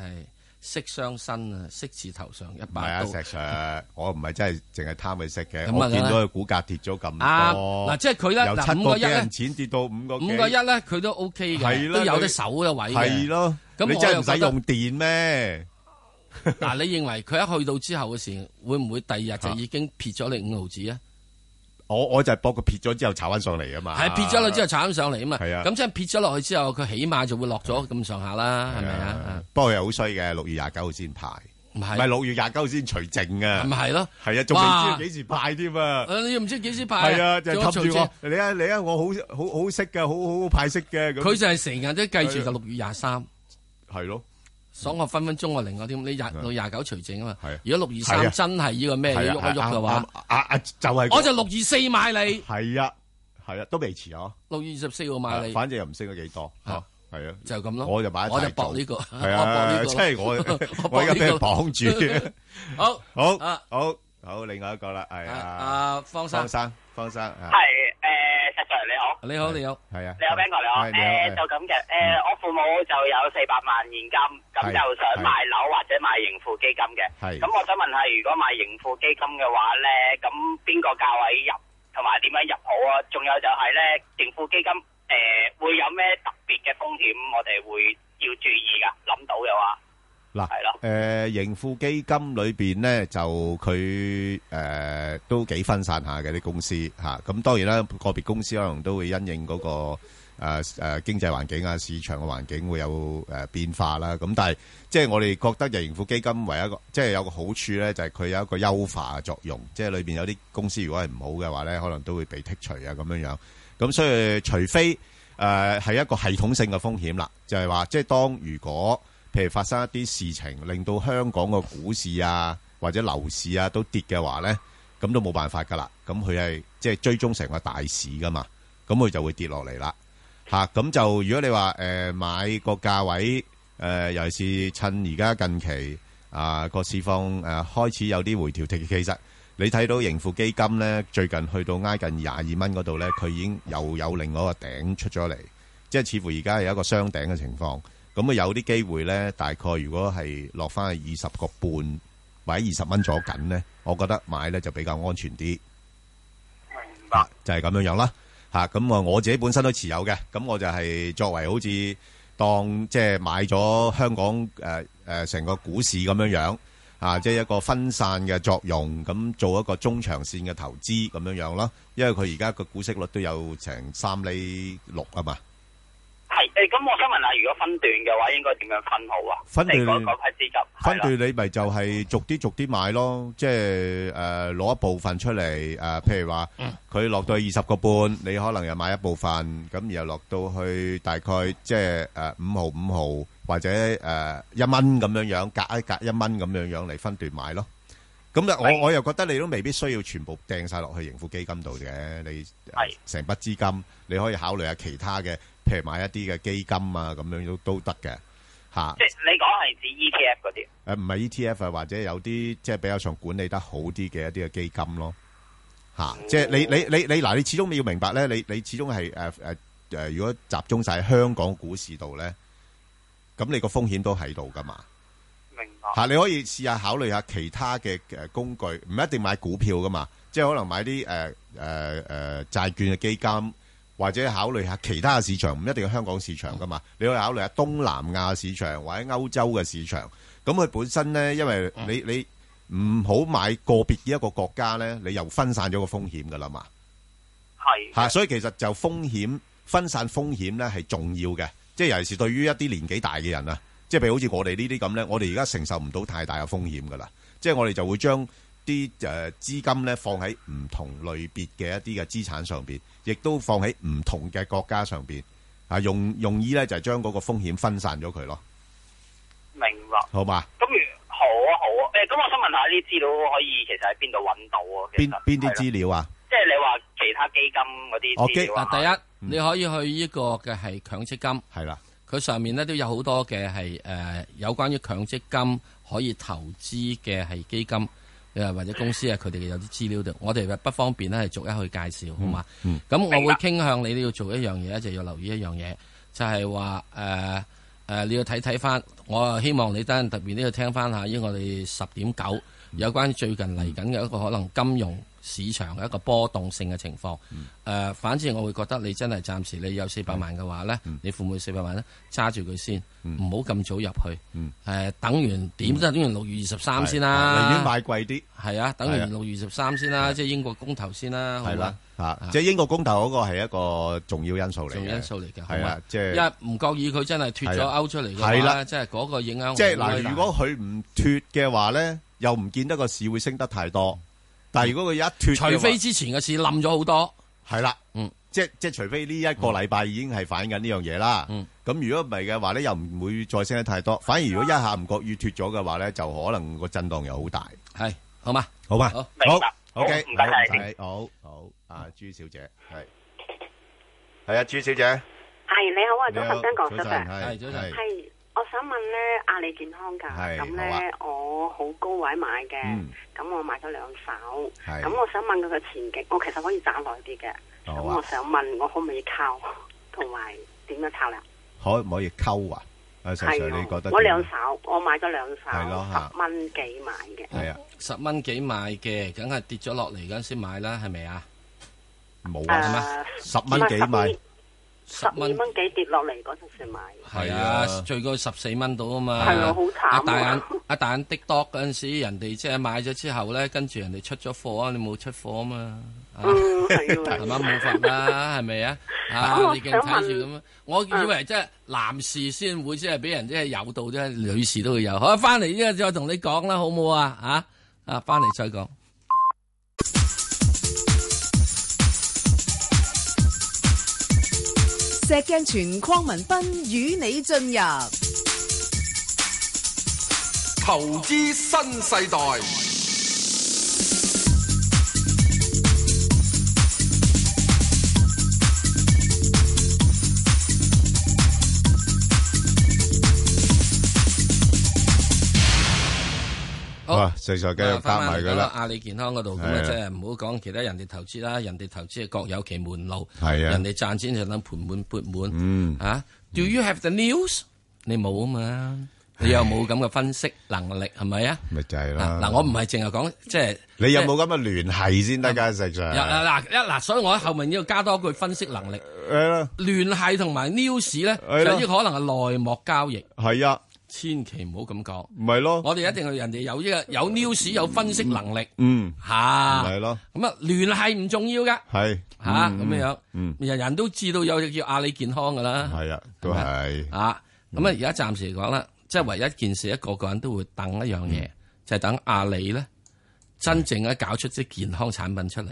B: 色傷身啊，色字頭上一
A: 唔係
B: 把
A: 啊，
B: 刀
A: 石 Sir，我唔係真係淨係貪佢息嘅，
B: 咁啊
A: 我見到佢股價跌咗咁
B: 啱
A: 多，
B: 啊嗱，即係佢咧
A: 由
B: 嗱
A: 七
B: 五個
A: 個
B: 一
A: 幾
B: 咧
A: 銀。錢跌到五個幾
B: 五個一咧，佢都 O K
A: 係
B: 嘅，
A: 啦
B: 都有得手嘅位
A: 係
B: 嘅。
A: 咯。
B: 咁
A: 你
B: 我
A: 真係
B: 又
A: 唔
B: 覺
A: 使
B: 得
A: 用電咩？
B: 嗱，你認為佢一去到之後嘅時，會唔會第二日
A: 啊
B: 就已經撇咗你五毫子啊？
A: 我我就係搏佢撇咗之後炒翻上嚟啊嘛。
B: 係撇咗落之後炒上嚟啊嘛。
A: 係啊嗯
B: 咁即係撇咗落去之後，佢起碼就會落咗咁上下啦，係咪啊？
A: 不過又好衰嘅，六月廿九號先派，
B: 唔
A: 唔係
B: 係，
A: 六月廿九號先除淨啊
B: 唔，係咯？
A: 係啊，仲
B: 哇哎
A: 未知幾時派添啊，
B: 誒你又唔知幾時派
A: 係啊，就
B: 仲有
A: 氹住
B: 曹姐
A: 我，你啊你啊，我好好好識嘅，好好好派息嘅，
B: 佢
A: 咁嗯
B: 就係成日都計住就六月廿三，
A: 係咯，
B: 所以我分分鐘我零我添，你廿六廿九除正啊嘛
A: 嗯係啊。
B: 如果六二
A: 係
B: 三
A: 啊
B: 真係呢個咩
A: 係
B: 要
A: 啊，
B: 喐一喐嘅
A: 啱
B: 話，
A: 啱啊啊就係
B: 我就六二四買你，
A: 係啊係啊，都未遲啊，
B: 六月二十四號買你，
A: 反正又唔升咗幾多
B: 啊
A: 嚇，係啊，
B: 就咁咯。
A: 我就買一
B: 我就
A: 大
B: 搏
A: 組
B: 呢個，
A: 係
B: 我
A: 啊，
B: 搏
A: 即
B: 呢
A: 係我
B: 搏
A: 我而家
B: 呢
A: 俾
B: 個
A: 佢綁住，
B: 個。好，
A: 好
B: 啊
A: 好好，另外一個啦，係
B: 啊
A: 啊，
B: 啊，方生
A: 方，生方生啊，
G: 係誒，石 Sir 你好，
B: 你好，你好，
A: 係啊，
G: 你好 Ben 哥你好，
A: 係
G: 誒
A: 你好係
G: 就咁嘅，誒我父母就有四百萬現金，咁
A: 係
G: 就想
A: 係
G: 買樓或者買盈富基金嘅，
A: 係
G: 咁我想問下，如果買盈富基金嘅話咧，咁邊個價位入，同埋點樣入好啊？仲有就係咧，盈富基金誒會有咩特別嘅風險，我哋會要注意噶，諗到嘅話
A: 嗱，
G: 係咯，
A: 啊啊誒，盈富基金裏邊呢，就佢，誒，都幾分散下嘅啲公司，嚇，咁當然啦，個別公司可能都會因應嗰個，誒，誒，經濟環境啊、市場嘅環境會有，誒，變化啦。咁但係即係我哋覺得嘅盈富基金為一個，即係有個好處呢，就係佢有一個優化嘅作用，即係裏邊有啲公司如果係唔好嘅話呢，可能都會被剔除啊，咁樣樣。咁所以除非，誒，係一個系統性嘅風險啦，就係話，即係當如果譬如發生一啲事情，令到香港個股市啊，或者樓市啊，都跌嘅話呢，啊咁都冇辦法噶啦。咁佢係即係追蹤成個大市噶嘛，咁佢就會跌落嚟啦。嚇、咁就如果你話誒、呃、買個價位誒、呃尤其是趁而家近期啊個、市況誒、呃、開始有啲回調，其其實你睇到盈富基金咧最近去到挨近廿二蚊嗰度咧，佢已經又有另外一個頂出咗嚟，即係似乎而家係有一個雙頂嘅情況。咁啊有啲機會咧，大概如果係落翻去二十個半或者二十蚊左緊咧，我覺得買咧就比較安全啲。
G: 明
A: 啊，就係咁樣樣啦。嚇、咁啊，我自己本身都持有嘅，咁我就係作為好似當即係買咗香港誒誒成個股市咁樣樣啊，即係一個分散嘅作用，咁做一個中長線嘅投資咁樣樣咯。因為佢而家個股息率都有成三厘六啊嘛。
G: 係誒，咁我想問下，如果分段嘅話，應該點樣分好啊？
A: 分段
G: 即係嗰嗰批資金，
A: 分
G: 係啦
A: 段你咪就係逐啲逐啲買咯，即係誒攞一部分出嚟誒、呃譬如話佢落到二十個半，你可能又買一部分，咁然後落到去大概即係誒五毫五毫或者誒一蚊咁樣樣，隔一隔一蚊咁樣樣嚟分段買咯。咁啊，我我又覺得你都未必需要全部掟晒落去盈富基金度嘅，你呃
G: 係
A: 成筆資金你可以考慮下其他嘅，譬如買一啲嘅基金啊咁樣都都得嘅嚇。
G: 即係你講係指 ETF 嗰啲。
A: 誒唔係 ETF 啊，或者有啲即係比較上管理得好啲嘅一啲嘅基金咯，嚇、即係你你你你嗱，你始終你要明白咧，你你始終係誒誒誒，如果集中晒喺香港股市度咧，咁你個風險都喺度噶嘛，
G: 明白
A: 嚇、你可以試下考慮下其他嘅誒工具，唔一定買股票噶嘛，即係可能買啲誒誒誒債券嘅基金，或者考慮下其他嘅市場，唔一定係香港市場噶嘛，你可以考慮下東南亞市場或者歐洲嘅市場。咁佢本身咧，因為你你唔好買個別嘅一個國家咧，你又分散咗個風險噶啦嘛。
G: 係
A: 嚇、所以其實就風險分散風險咧係重要嘅，即係尤其是對於一啲年紀大嘅人啊，即係譬如好似我哋呢啲咁咧，我哋而家承受唔到太大嘅風險噶啦，即係我哋就會將啲誒資金咧放喺唔同類別嘅一啲嘅資產上邊，亦都放喺唔同嘅國家上邊啊，用用意咧就係將嗰個風險分散咗佢咯，
G: 明白。
A: 好嘛？
G: 咁如好啊好啊，誒、咁我想問下呢啲資料可以其實喺邊度揾到啊？其
A: 邊
G: 實
A: 邊啲
G: 係啦
A: 資料啊？
G: 即係你話其他基金嗰啲
A: 哦
G: 資料啊？
B: 嗱，第一你可以去呢個嘅係強積金。
A: 係啦，
B: 佢上面咧都有好多嘅係誒有關於強積金可以投資嘅係基金誒或者公司啊，佢哋嘅有啲資料度，我哋不方便咧係逐一去介紹，好嘛？咁、我會傾向你都要做一樣嘢，就要留意一樣嘢，就係話誒誒呃你要睇睇翻，我希望你等陣特別呢度聽翻下，因為我哋十點九有關於最近嚟緊嘅一個可能金融。市場嘅一個波動性嘅情況，誒、
A: 嗯
B: 呃反正我會覺得你真係暫時你有四百萬嘅話咧，
A: 嗯
B: 你父母四百萬咧，揸住佢先，唔好咁早入去。誒、
A: 嗯
B: 呃等完點都係等完六月二十三先啦，
A: 寧願買貴啲。
B: 係啊，等
A: 係啊
B: 完六月二十三先啦，即係英國公投先啦，好啊
A: 係
B: 嘛
A: 啦，？嚇，即係英國公投嗰個係一個重要因素嚟嘅，
B: 重要因素嚟嘅，
A: 係
B: 好
A: 啊
B: 嘛，
A: 即
B: 因
A: 係
B: 為唔覺意佢真係脱咗
A: 係啊
B: 歐出嚟嘅
A: 係
B: 話
A: 啦
B: 咧，即係嗰個影響
A: 即係
B: 哦好
A: 嗱，
B: 大
A: 如果佢唔脱嘅話咧，又唔見得個市會升得太多。但係如果佢一脱嘅話，
B: 嗯除非之前嘅事冧咗好多，
A: 係啦，
B: 嗯，
A: 即即係除非呢一個禮拜已經係反映緊呢樣嘢啦。
B: 嗯，
A: 咁如果唔係嘅話咧，又唔會再升得太多。反而如果一下唔覺意脱咗嘅話咧，就可能個震盪又好大，
B: 係好嘛？
A: 好嘛？
B: 好
G: 明白好
A: OK，
G: 唔該晒
A: 好使好好，阿朱小姐係係啊，朱小姐，
E: 係你好啊，
A: 你
E: 早
A: 好
E: 晨，香港
A: 早
E: 早晨
A: 晨，。係
B: 係早晨
A: 係
E: 係，我想問咧阿里健康㗎，
A: 係
E: 咁
A: 好啊
E: 咧我好高位買嘅
A: 嗯，
E: 咁我買咗兩手，
A: 係
E: 咁我想問佢嘅前景，我其實可以賺耐啲嘅，
A: 好
H: 咁
A: 啊
H: 我想問，我可唔可以靠， 同埋點樣策略？
A: 可唔可以溝啊？阿石 Sir，你覺得
H: 我
A: 點
H: 兩
A: 啊
H: 手，我買咗兩手，
A: 係咯嚇
H: 十蚊幾買嘅。
A: 係啊，
B: 十蚊幾買嘅，梗係跌咗落嚟嗰陣先買啦，係咪啊？
A: 冇啊，
H: 誒啊
A: 十蚊幾買？
H: 十二蚊幾跌落嚟嗰陣時買。
B: 係
A: 係啊
B: 啊，最高十四蚊到啊嘛。
H: 係啊好慘啊
B: 阿大眼阿大眼的多嗰陣時，人哋即係買咗之後咧，跟住人哋出咗貨啊，你冇出貨啊嘛。 啊
H: 嗯，係啊
B: 係嘛冇法啦，係 咪啊？
H: 咁
B: 啊，
H: 我
B: 你勁睇住
H: 想嗯
B: 咁啊！我以為即係男士先會即係俾人即係有到啫，女士都會有。好，翻嚟依家再同你講啦，好唔好啊？啊啊，翻嚟再講。
C: 石鏡泉匡文斌與你進入
D: 投資新世代，
B: 好啊
A: 哇，石 Sir 繼續答埋佢啦。
B: 阿里健康嗰度咁
A: 係啊
B: 啊，即係唔好講其他人哋投資啦，人哋投資係各有其門路，
A: 係啊
B: 人哋賺錢就等盤滿缽滿。
A: 嗯，
B: 啊，Do you have the news？你冇啊嘛，你又冇咁嘅分析能力係咪啊？
A: 咪就係啦。
B: 嗱，我唔係淨係講即係
A: 你有冇咁嘅聯繫先得㗎，石
B: 有
A: Sir？
B: 嗱一嗱，所以我後面要加多句分析能力。
A: 誒，
B: 聯繫同埋 news 咧，
A: 係咯
B: 就呢個可能係內幕交易，
A: 係啊，
B: 千祈唔好咁講。
A: 咪咯，
B: 我哋一定要人哋有呢個有 news 有分析能力
A: 嗯，
B: 吓，
A: 係咯，
B: 咁啊聯繫唔重要噶
A: 係
B: 吓咁樣
A: 嗯
B: 樣，人人都知道有隻叫阿里健康噶啦，
A: 係嗯啊，都係
B: 啊咁啊而家暫時嚟講啦，即係唯一一件事，一個個人都會等一樣
A: 嗯
B: 嘢，就係等阿里咧真正咧搞出啲健康產品出嚟。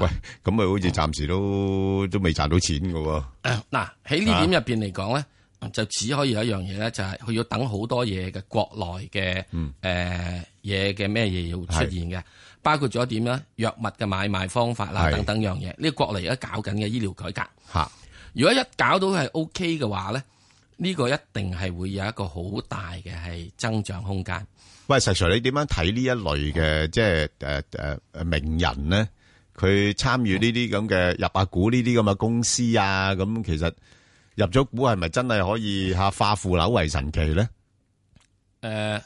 A: 喂，咁咪好似暫時都都未賺到錢嘅喎，
B: 嗱喺
A: 啊
B: 呢點入邊嚟講咧，就只可以有一樣嘢咧，就係佢要等好多嘢嘅國內嘅
A: 嗯
B: 誒嘢嘅咩嘢要出現嘅，包括咗點咧藥物嘅買賣方法啦
A: 係
B: 等等樣嘢。呢個國內而家搞緊嘅醫療改革，
A: 嚇，
B: 如果一搞到係 OK 嘅話咧，呢個一定係會有一個好大嘅係增長空間。
A: 喂，石 Sir，你點樣睇呢一類嘅即係誒誒誒名人咧？佢參與呢啲咁嘅入下股呢啲咁嘅公司啊，咁其實入咗股係咪真係可以嚇化腐朽為神奇咧？
B: 誒、呃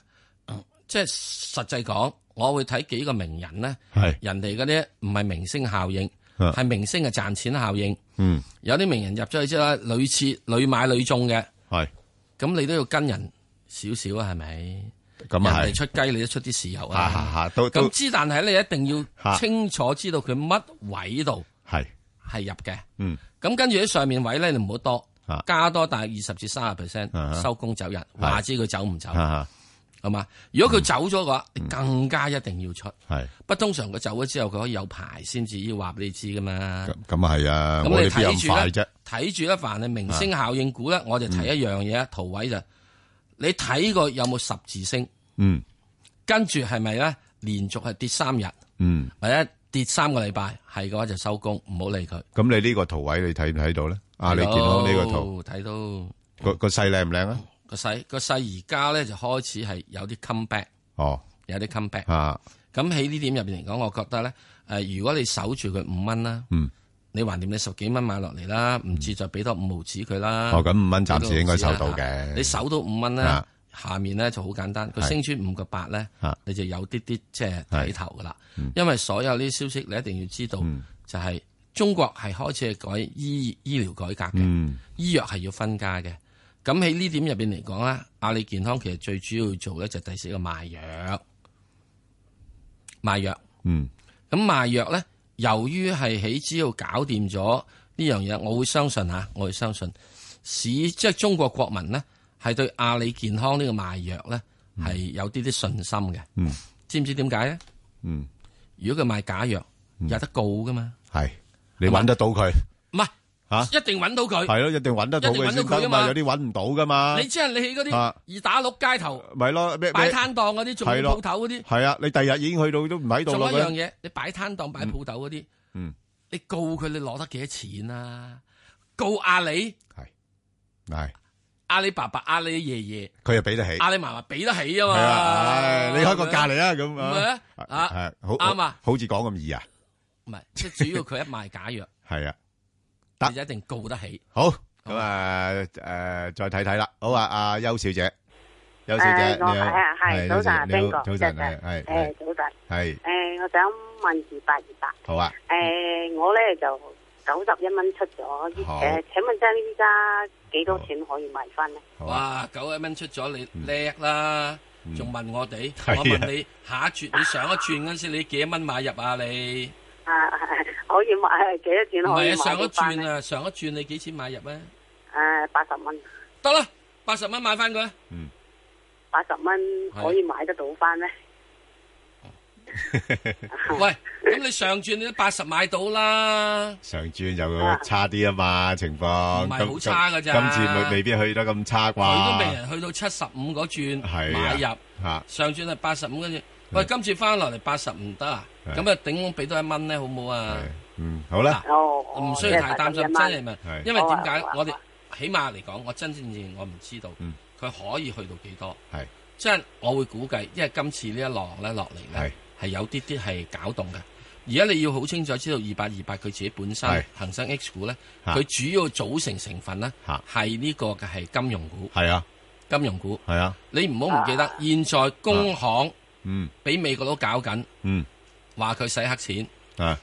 B: 即係實際講，我會睇幾個名人咧，
A: 係，
B: 人哋嗰啲唔係明星效應，
A: 啊
B: 係明星嘅賺錢效應。
A: 嗯，
B: 有啲名人入咗去之後咧，屢次屢買屢中嘅，
A: 係，
B: 咁你都要跟人少少啊，係咪？
A: 咁啊
B: 人哋
A: 係，
B: 出雞，你都出啲豉油
A: 嚇嚇
B: 啊。
A: 嚇，都
B: 咁
A: 都
B: 之，但係你一定
A: 嚇
B: 要清楚知道佢乜位度
A: 係，
B: 係入嘅。
A: 嗯，
B: 咁跟住喺上面位咧，你唔好多
A: 嚇，
B: 加多大概二十至三十
A: 啊哈
B: percent 收工走人，話知佢走唔走
A: 嚇，嚇，
B: 係嘛？如果佢走咗嘅話，
A: 嗯
B: 你更加一定要出。
A: 係。
B: 不通常佢走咗之後，佢可以有牌先至要話俾你知噶嘛。
A: 咁咁啊係啊，
B: 咁
A: 我
B: 你
A: 哋邊有
B: 睇
A: 咁
B: 住
A: 快
B: 咧
A: 啫？，
B: 睇住咧，啊凡係明星效應股咧，我就睇一樣嘢，圖位就你睇過有冇十字星，
A: 嗯
B: 跟住係咪咧連續係跌三日
A: 嗯，
B: 或者跌三個禮拜，係嘅話就收工，唔好理佢。
A: 咁你呢個圖位你睇唔睇到咧？啊，你
B: 睇
A: 健
B: 到
A: 康呢個圖，
B: 睇到
A: 個個勢靚唔靚啊？
B: 個勢個勢而家咧就開始係有啲 come back，
A: 哦，
B: 有啲 come back。
A: 啊，
B: 咁喺呢點入邊嚟講，我覺得咧，誒、如果你守住佢五蚊啦，
A: 嗯，
B: 你還掂你十幾蚊買落嚟啦，唔至再俾多五毫子佢啦。
A: 哦，咁五蚊暫時應該收到
B: 你
A: 嘅，
B: 守到五蚊咧
A: 啊，
B: 下面咧就好簡單，佢
A: 係
B: 升穿五個八咧
A: 啊，嗯
B: 你就有啲啲即係睇頭噶啦。因為所有呢啲消息你一定要知道，就係中國係開始係改醫醫療改革嘅，
A: 嗯，
B: 醫藥係要分家嘅。咁喺呢點入邊嚟講咧，阿里健康其實最主要做咧就係第四個賣藥，賣藥。
A: 嗯，
B: 咁賣藥咧，由於係起只要搞掂咗呢樣嘢，我會相信嚇， 我會相信市即係中國國民呢，係對阿里健康呢個賣藥咧係有啲啲信心嘅。
A: 嗯，
B: 知唔知點解咧？
A: 嗯，
B: 如果佢賣假藥，有得告噶嘛？
A: 係，你揾得到佢，
B: 唔係
A: 嚇
B: 一定揾到佢。
A: 係咯，一定揾得到佢先得嘛，有啲揾唔到噶嘛，
B: 你即係你喺嗰
A: 啊
B: 啲二打六街頭
A: 咪咯，咩
B: 擺
A: 咩，
B: 攤檔嗰啲，仲
A: 係
B: 有
A: 咯
B: 鋪頭嗰啲，
A: 係啊，你第日已經去到都唔喺度
B: 仲
A: 啦，
B: 有一樣
A: 佢
B: 嘢，你擺攤檔擺鋪頭嗰啲，
A: 嗯，
B: 你告佢你攞得幾多錢啊？告阿里。
A: 係，
B: 阿里爸爸、阿里爺爺、
A: 佢又俾得起，
B: 阿里嫲嫲俾得起啊
A: 係
B: 嘛。
A: 啊，唉你開個價
B: 嚟
A: 嚟啊，咁
B: 唔係
A: 啊
B: 啊，啊
A: 係好
B: 啱啊，
A: 好似講咁易啊，
B: 唔係，即係主要佢一賣假藥，
A: 系啊， 得
B: 你就一定告得起。
A: 好，咁啊，诶，再睇睇啦。好啊，阿邱小姐，邱小姐，
H: 誒我
A: 你好
H: 係啊係
A: 係
H: 早晨啊
A: 你好
H: Ben 哥
A: 早晨，
H: 早晨
A: 係係
H: 诶，早晨，
A: 係系，
H: 诶，我想問二八二八，
A: 好啊。
H: 诶，呃我咧就九十一蚊出咗，
A: 好
H: 诶，請問真依家幾多錢可以買翻咧？
A: 好啊嗯
B: 哇，九一蚊出咗你叻啦，仲問我哋？
A: 係啊
B: 我問你下一轉，你上一轉嗰陣時，你幾多蚊買入啊？你
H: 啊， 可以買幾多錢
B: 唔
H: 可以買
B: 係啊，上一
H: 到翻
B: 轉
H: 咧？
B: 啊，上一轉你幾錢買入啊？
H: 诶，八十蚊，
B: 得啦，八十蚊買翻佢啊。
H: 八十蚊可以買得到翻咧？
B: 喂，咁你上轉你都八十買到啦。
A: 上轉又差啲啊嘛，情況
B: 唔係
A: 咁
B: 好差㗎咋
A: 今次咪未必去得咁差啩。
B: 佢都未人去到七十五嗰轉
A: 係
B: 買
A: 啊
B: 入，
A: 吓，
B: 上轉係八十五嗰轉。喂，今次翻落嚟八十唔得啊，
A: 係
B: 咁啊頂多俾多一蚊咧，好唔好啊？
A: 係嗯，好啦，
H: 哦，
B: 唔需要太擔心，真係咪
A: 係？
B: 因為點
H: 好啊
B: 解
H: 好啊
B: 我哋起碼嚟講，我真真正正我唔知道
A: 嗯
B: 佢可以去到幾多，
A: 係
B: 即係我會估計，因為今次呢一浪咧落嚟
A: 係
B: 咧係有啲啲係搞動嘅。而家你要好清楚知道二八二八佢自己本
A: 係
B: 身恒生 H 股咧，
A: 嚇
B: 佢主要組成成分咧
A: 嚇
B: 係呢個嘅係金融股，
A: 係啊，
B: 金融股。
A: 係啊，
B: 你唔好唔記得，現在工行
A: 嗯
B: 俾美國佬搞緊，
A: 嗯
B: 話佢洗黑錢，
A: 啊，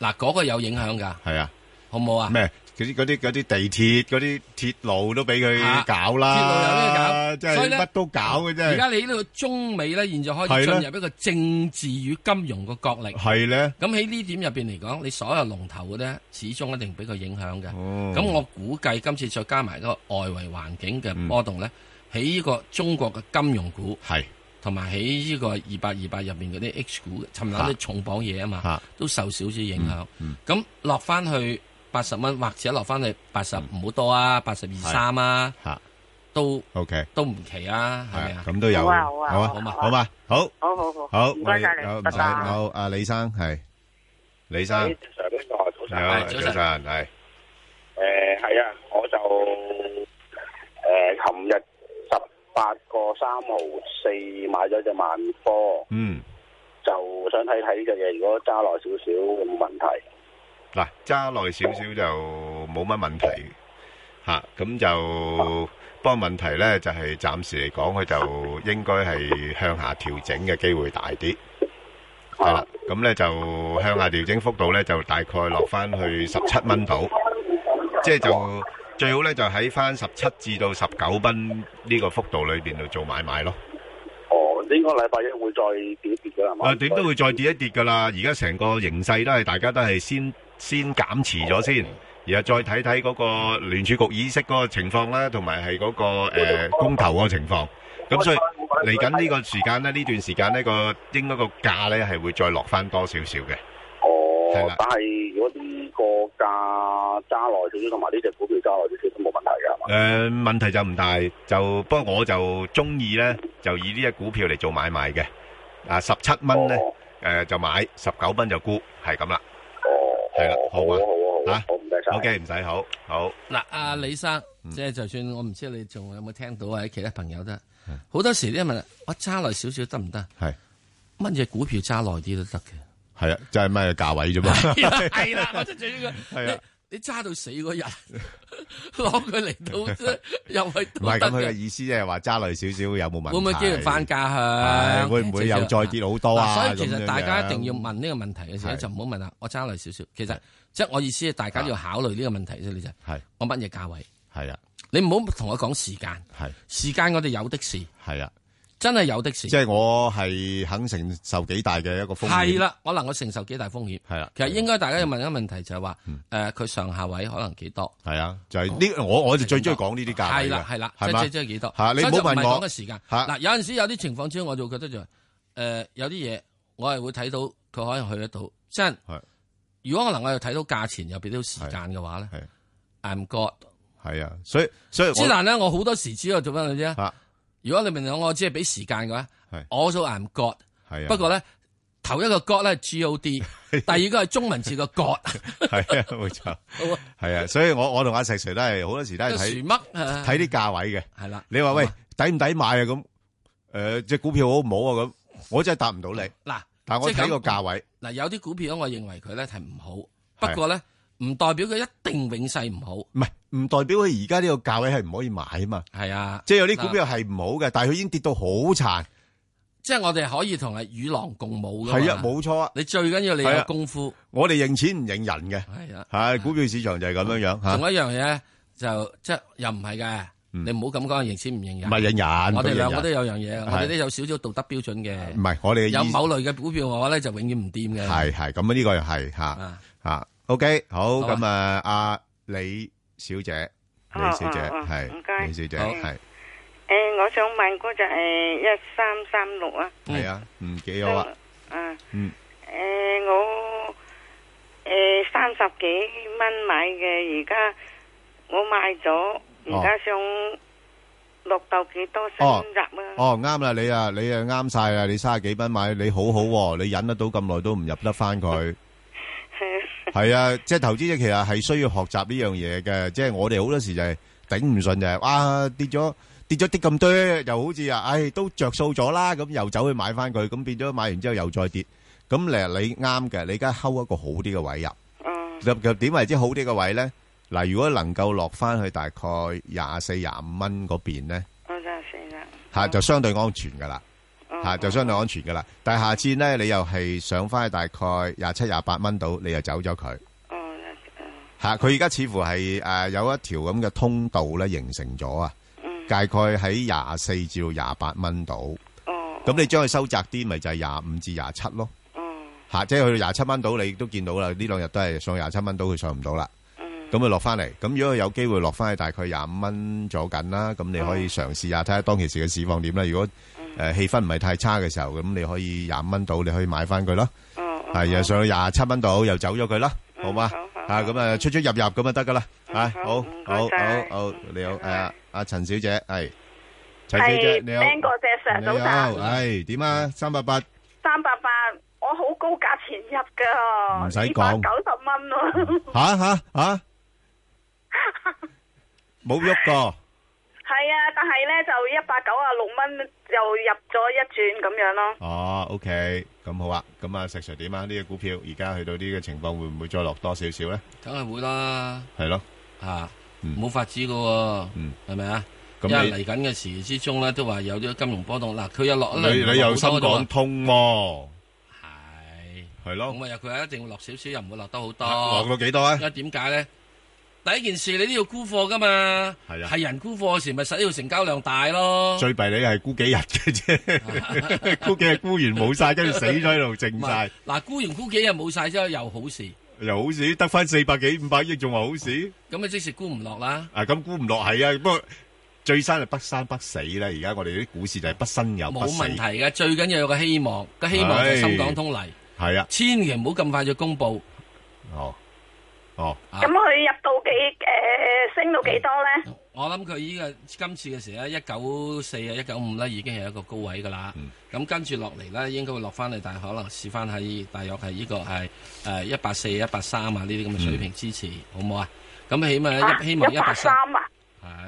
B: 嗱嗰個有影響㗎，
A: 係啊，
B: 好唔好啊？
A: 咩？嗰啲嗰啲嗰啲地鐵嗰啲鐵路都俾佢
B: 啊
A: 搞啦，
B: 鐵路有咩搞
A: 真
B: 所以
A: 係
B: 咧
A: 乜都搞嘅
B: 而
A: 真係。
B: 家你呢個中美咧，現在開
A: 係
B: 始
A: 啦
B: 進入一個政治與金融嘅角力。
A: 係咧，
B: 咁喺呢點入邊嚟講，你所有龍頭嘅咧，始終一定俾佢影響嘅。
A: 哦
B: 咁、我估計今次再加埋嗰個外圍環境嘅波動咧，喺呢、個中國嘅金融股
A: 係
B: 同埋喺呢個二百二百入邊嗰啲 H 股，尋日啲重磅嘢啊嘛。
A: 吓，
B: 都受少少影響。咁落翻去八十蚊，或者落翻去八十唔好多啊，八十二三啊，
A: 嚇
B: 都
A: OK，
B: 都唔奇啊，係咪
A: 係
B: 啊？
A: 咁都有，
H: 好啊好啊
A: 好
H: 好
A: 啊，
H: 啊
A: 好嘛，好。
H: 好好好，
A: 好，
H: 唔該晒
A: 我哋-好，
H: 你，
A: 唔
H: 拜
A: 使，
H: 拜。
A: 好，啊，李生，係。李生，你好，
B: 係，早晨。
A: 早晨，係。
G: 诶，系啊，我就诶，琴日十八个三毫四買咗只萬科，
B: 嗯
G: 就想睇睇呢只嘢，如果揸耐少少有冇問題？
A: 嗱，揸耐少少就冇乜問題，嚇，咁就，不過問題呢，就係暫時嚟講，佢就應該係向下調整嘅機會大啲。係啦，咁呢，就向下調整幅度呢，就大概落返去17蚊度，即係就-最好呢，就喺返17至到19蚊呢個幅度裏邊度做買賣咯。
G: 哦，應該禮拜一會再跌一跌㗎啦，係嘛？
A: 啊，點都會再跌一跌㗎啦！而家成個形勢都係大家都係先先減持咗先，然後再睇睇嗰個聯儲局議息嗰個情況啦，同埋係嗰個、呃、公投嗰個情況。咁所以嚟緊呢個時間咧，呢段時間呢個應該個價咧係會再落翻多少少嘅。係
G: 哦
A: 啦，
G: 但係如果呢個價揸耐少少，同埋呢只股票揸耐少少都冇問題㗎，係嘛？
A: 誒、問題就唔大，就不過我就中意咧，就以呢只股票嚟做買賣嘅。啊，十七蚊咧
G: 哦
A: 誒就買，十九蚊就沽，係咁啦。
G: 哦，
A: 係啦
G: 哦
A: 好啊
G: 好啊，好啊
A: 嚇，
G: 好唔該晒。
A: OK，唔使好，好
B: 嗱，阿李生，即係就算我唔知你仲有冇聽到或啊者其他朋友嗯都係，好多時啲人問我揸耐少少得唔得？
A: 係。
B: 乜嘢股票揸耐啲都得嘅。
A: 系啊，就系咩價位啫 嘛。
B: 係 啦，我就最呢個
A: 係
B: 你
A: 啊
B: 你揸到死嗰日， 攞佢嚟到入去
A: 啊唔
B: 都
A: 係
B: 得
A: 咁，佢嘅
B: 嘅。
A: 意思即係話揸耐少少有冇問題？
B: 會唔會叫人翻家
A: 係
B: 鄉？
A: 會唔會又再跌好多啊？
B: 嗱所以其
A: 咁樣
B: 實
A: 樣
B: 大家一定要問呢個問題嘅時候，
A: 係啊
B: 就唔好問啦。我爭耐少少，其實即係我意思，大家要考慮呢個問題啫。你就
A: 係
B: 我乜嘢價位？
A: 係啊，
B: 你唔好同我講時間，
A: 係
B: 時間我哋有的是，
A: 係啊，
B: 真係有的是
A: 即。係我係肯承受幾大嘅一個風險。
B: 係，啦，我能夠承受幾大風險。
A: 係啦啊嗯
B: 其實應該大家要問一個問題就係話，誒佢上下位可能幾多？
A: 係啊，就係呢，我我就最中意講呢啲價
B: 係
A: 位㗎
B: 啦係啦，即
A: 係嘛
B: 係即係幾多？
A: 嚇你唔
B: 所以就
A: 好問
B: 係
A: 我啊
B: 講嘅時間。
A: 嚇
B: 嗱有陣時有啲情況之下，我就覺得就係誒有啲嘢我係會睇到佢可能去得到，即係
A: 係
B: 如果我能夠睇到價錢又俾到時間嘅話
A: 係
B: 咧，I'm God。
A: 係啊，所以所以
B: 之
A: 我
B: 但咧，我好多時只有做翻佢啫。
A: 嚇
B: 如果你問我，我只係俾時間嘅話
A: 係，
B: 我做 I'm God。
A: 係啊，
B: 不過咧，頭一個 God 咧係 G O D，第二個係中文字嘅 God。
A: 係啊，冇錯，
B: 好啊，
A: 係啊，所以我我同阿石 Sir 都係好多時都係
B: 個
A: 睇
B: 樹乜啊？
A: 睇啲價位嘅。
B: 係啦，
A: 你話
B: 好
A: 喂
B: 啊
A: 抵唔抵買啊？咁誒只股票好唔好啊？咁我真係答唔到你，
B: 嗱，
A: 但我
B: 即係
A: 睇
B: 咁
A: 個價位。
B: 嗱，有啲股票我認為佢咧係唔好，不過咧唔代表佢一定永世唔好。
A: 唔系唔代表佢而家呢個價位係唔可以買啊嘛，
B: 係啊，
A: 即係有啲股票係唔好嘅，但係佢已經跌到好殘，
B: 即係我哋可以同係與狼共舞嘅。
A: 係啊，冇錯啊，
B: 你最緊要你
A: 係
B: 有
A: 啊
B: 功夫。
A: 我哋認錢唔認人嘅，
B: 係啊，
A: 係股票市場就係咁樣樣吓，
B: 仲有一樣嘢呢就即係又唔係嘅，你唔好咁講，認錢唔認
A: 嗯唔係
B: 人。
A: 認人，
B: 我哋兩個
A: 唔係認
B: 都
A: 人
B: 有樣嘢，
A: 係
B: 我哋都有少少道德標準
A: 唔
B: 嘅。
A: 係我哋嘅
B: 有
A: 意思
B: 某類嘅股票我咧就永遠唔掂嘅。
A: 係係咁啊，呢個又係吓
B: 嗯啊，
A: 吓，OK 好
B: 好啊
A: 咁啊，阿李小姐，李小姐
H: 哦哦哦唔
A: 係
H: 該
A: 李小姐
B: 好
A: 係
H: 诶、我想問嗰只诶一三三六啊，
B: 嗯
A: 係啊，唔幾好啊，
H: 啊，
A: 嗯，
H: 诶、我诶三十幾蚊買嘅，而家我買咗，而家想落到幾多新
A: 哦
H: 入啊？
A: 哦，啱啦，你啊，你啊啱晒啦，你卅幾蚊買，你好好、喎，你忍得到咁耐都唔入得翻佢。係啊，即係投資者其實係需要學習呢樣嘢嘅，即係我哋好多時就係頂唔順就係、哇跌咗跌咗啲咁多，又好似啊，唉、都着數咗啦，咁又走去買翻佢，咁變咗買完之後又再跌。咁你你啱嘅，你而家睺一個好啲嘅位入。
H: 嗯
A: 入入點為之好啲嘅位咧？嗱，如果能夠落翻去大概廿四廿五蚊嗰邊咧。
H: 我就死啦。
A: 吓就相對安全噶啦，
H: 嗯
A: 吓就相對安全噶啦。但係下次咧，你又係上翻去大概廿七、廿八蚊度，你又走咗佢
H: 哦，嗯
A: 吓。佢而家似乎係诶有一條咁嘅通道咧形成咗啊，大概喺廿四至到廿八蚊度。
H: 哦，
A: 咁你將佢收窄啲，咪就係廿五至廿七咯
H: 哦，
A: 吓，即係去到廿七蚊度，你都見到啦。呢兩日都係上廿七蚊度，佢上唔到啦。
H: 嗯，
A: 咁啊落翻嚟，咁如果有機會落翻去大概廿五蚊左緊啦，咁你可以嘗試下睇下當其時嘅市況點啦。如果誒氣氛唔係太差嘅時候，咁你可以廿五蚊到，你可以買翻佢咯。
H: 哦，
A: 係又上到廿七蚊到，又走咗佢啦，
H: 嗯
A: 好嘛
H: 好？好
A: 啊咁啊出出入入咁啊得噶啦，
H: 嗯
A: 啊
H: 好
A: 好
H: 唔該
A: 好
H: 晒
A: 好好你好
H: 嗯
A: 誒啊阿陳小姐係陳小姐
E: 係
A: 你好，
E: 聽過隻 Sir
A: 你
E: 早
A: 好
E: 晨，
A: 係點啊？三百八
E: 三百八，我好高價錢入㗎，
A: 唔使
E: 二
A: 講嗯
E: 百九十蚊咯，
A: 吓吓吓，冇喐過。
E: 係啊，但係咧就一百九啊六蚊又入咗一轉咁樣咯。
A: 哦，OK，咁 Ờ, 好啊，咁啊，石 Sir 點啊？呢個股票而家去到呢個情況，會唔會再落多少少咧？
B: 梗係會啦。
A: 係咯，
B: 啊，
A: 嗯
B: 冇法子嘅喎
A: 嗯，
B: 係咪啊？
A: 咁
B: 因
A: 你
B: 為嚟緊嘅時之中咧，都話有啲金融波動。嗱，佢又落一
A: 你
B: 輪
A: 你又
B: 落
A: 深
B: 好多
A: 港
B: 㗎
A: 通喎，
B: 喎，
A: 係
B: 係
A: 咯，
B: 咁啊，又佢一定會落少少，又唔會落得好
A: 落
B: 多。
A: 到幾多啊
B: 因？為點解咧？第一件事你都要沽貨噶嘛，
A: 係啊
B: 係人沽貨嗰時咪使要成交量大咯。
A: 最弊你係沽幾日嘅啫，沽幾日沽完冇晒，跟住死咗喺度
B: 唔
A: 靜
B: 係
A: 晒，
B: 嗱，沽完沽幾日冇晒之後又好事，
A: 又好似得翻四百幾五百億，仲話好事
B: 咁啊即時沽唔落啦。
A: 啊？咁沽唔落係啊，不過最生係不生不死啦。而家我哋啲股市就係不生又不
B: 冇
A: 死，
B: 問題嘅，最緊要有個希望，個希望就係深港通嚟，
A: 係啊，
B: 千祈唔好咁快就公佈。
A: 哦，哦，
E: 咁佢入到幾诶、升到幾多咧？
B: 我諗佢依個今次嘅時咧，一九四啊，一九五咧已經係一個高位噶啦。
A: 嗯
B: 咁、跟住落嚟咧，應該會落翻嚟，但係可能試翻喺大約係呢個係誒一百四、一百三啊呢啲
A: 嗯
B: 咁嘅水平支持，好唔好啊？咁起碼一希望一
E: 一百
B: 百
E: 三
B: 三
E: 啊！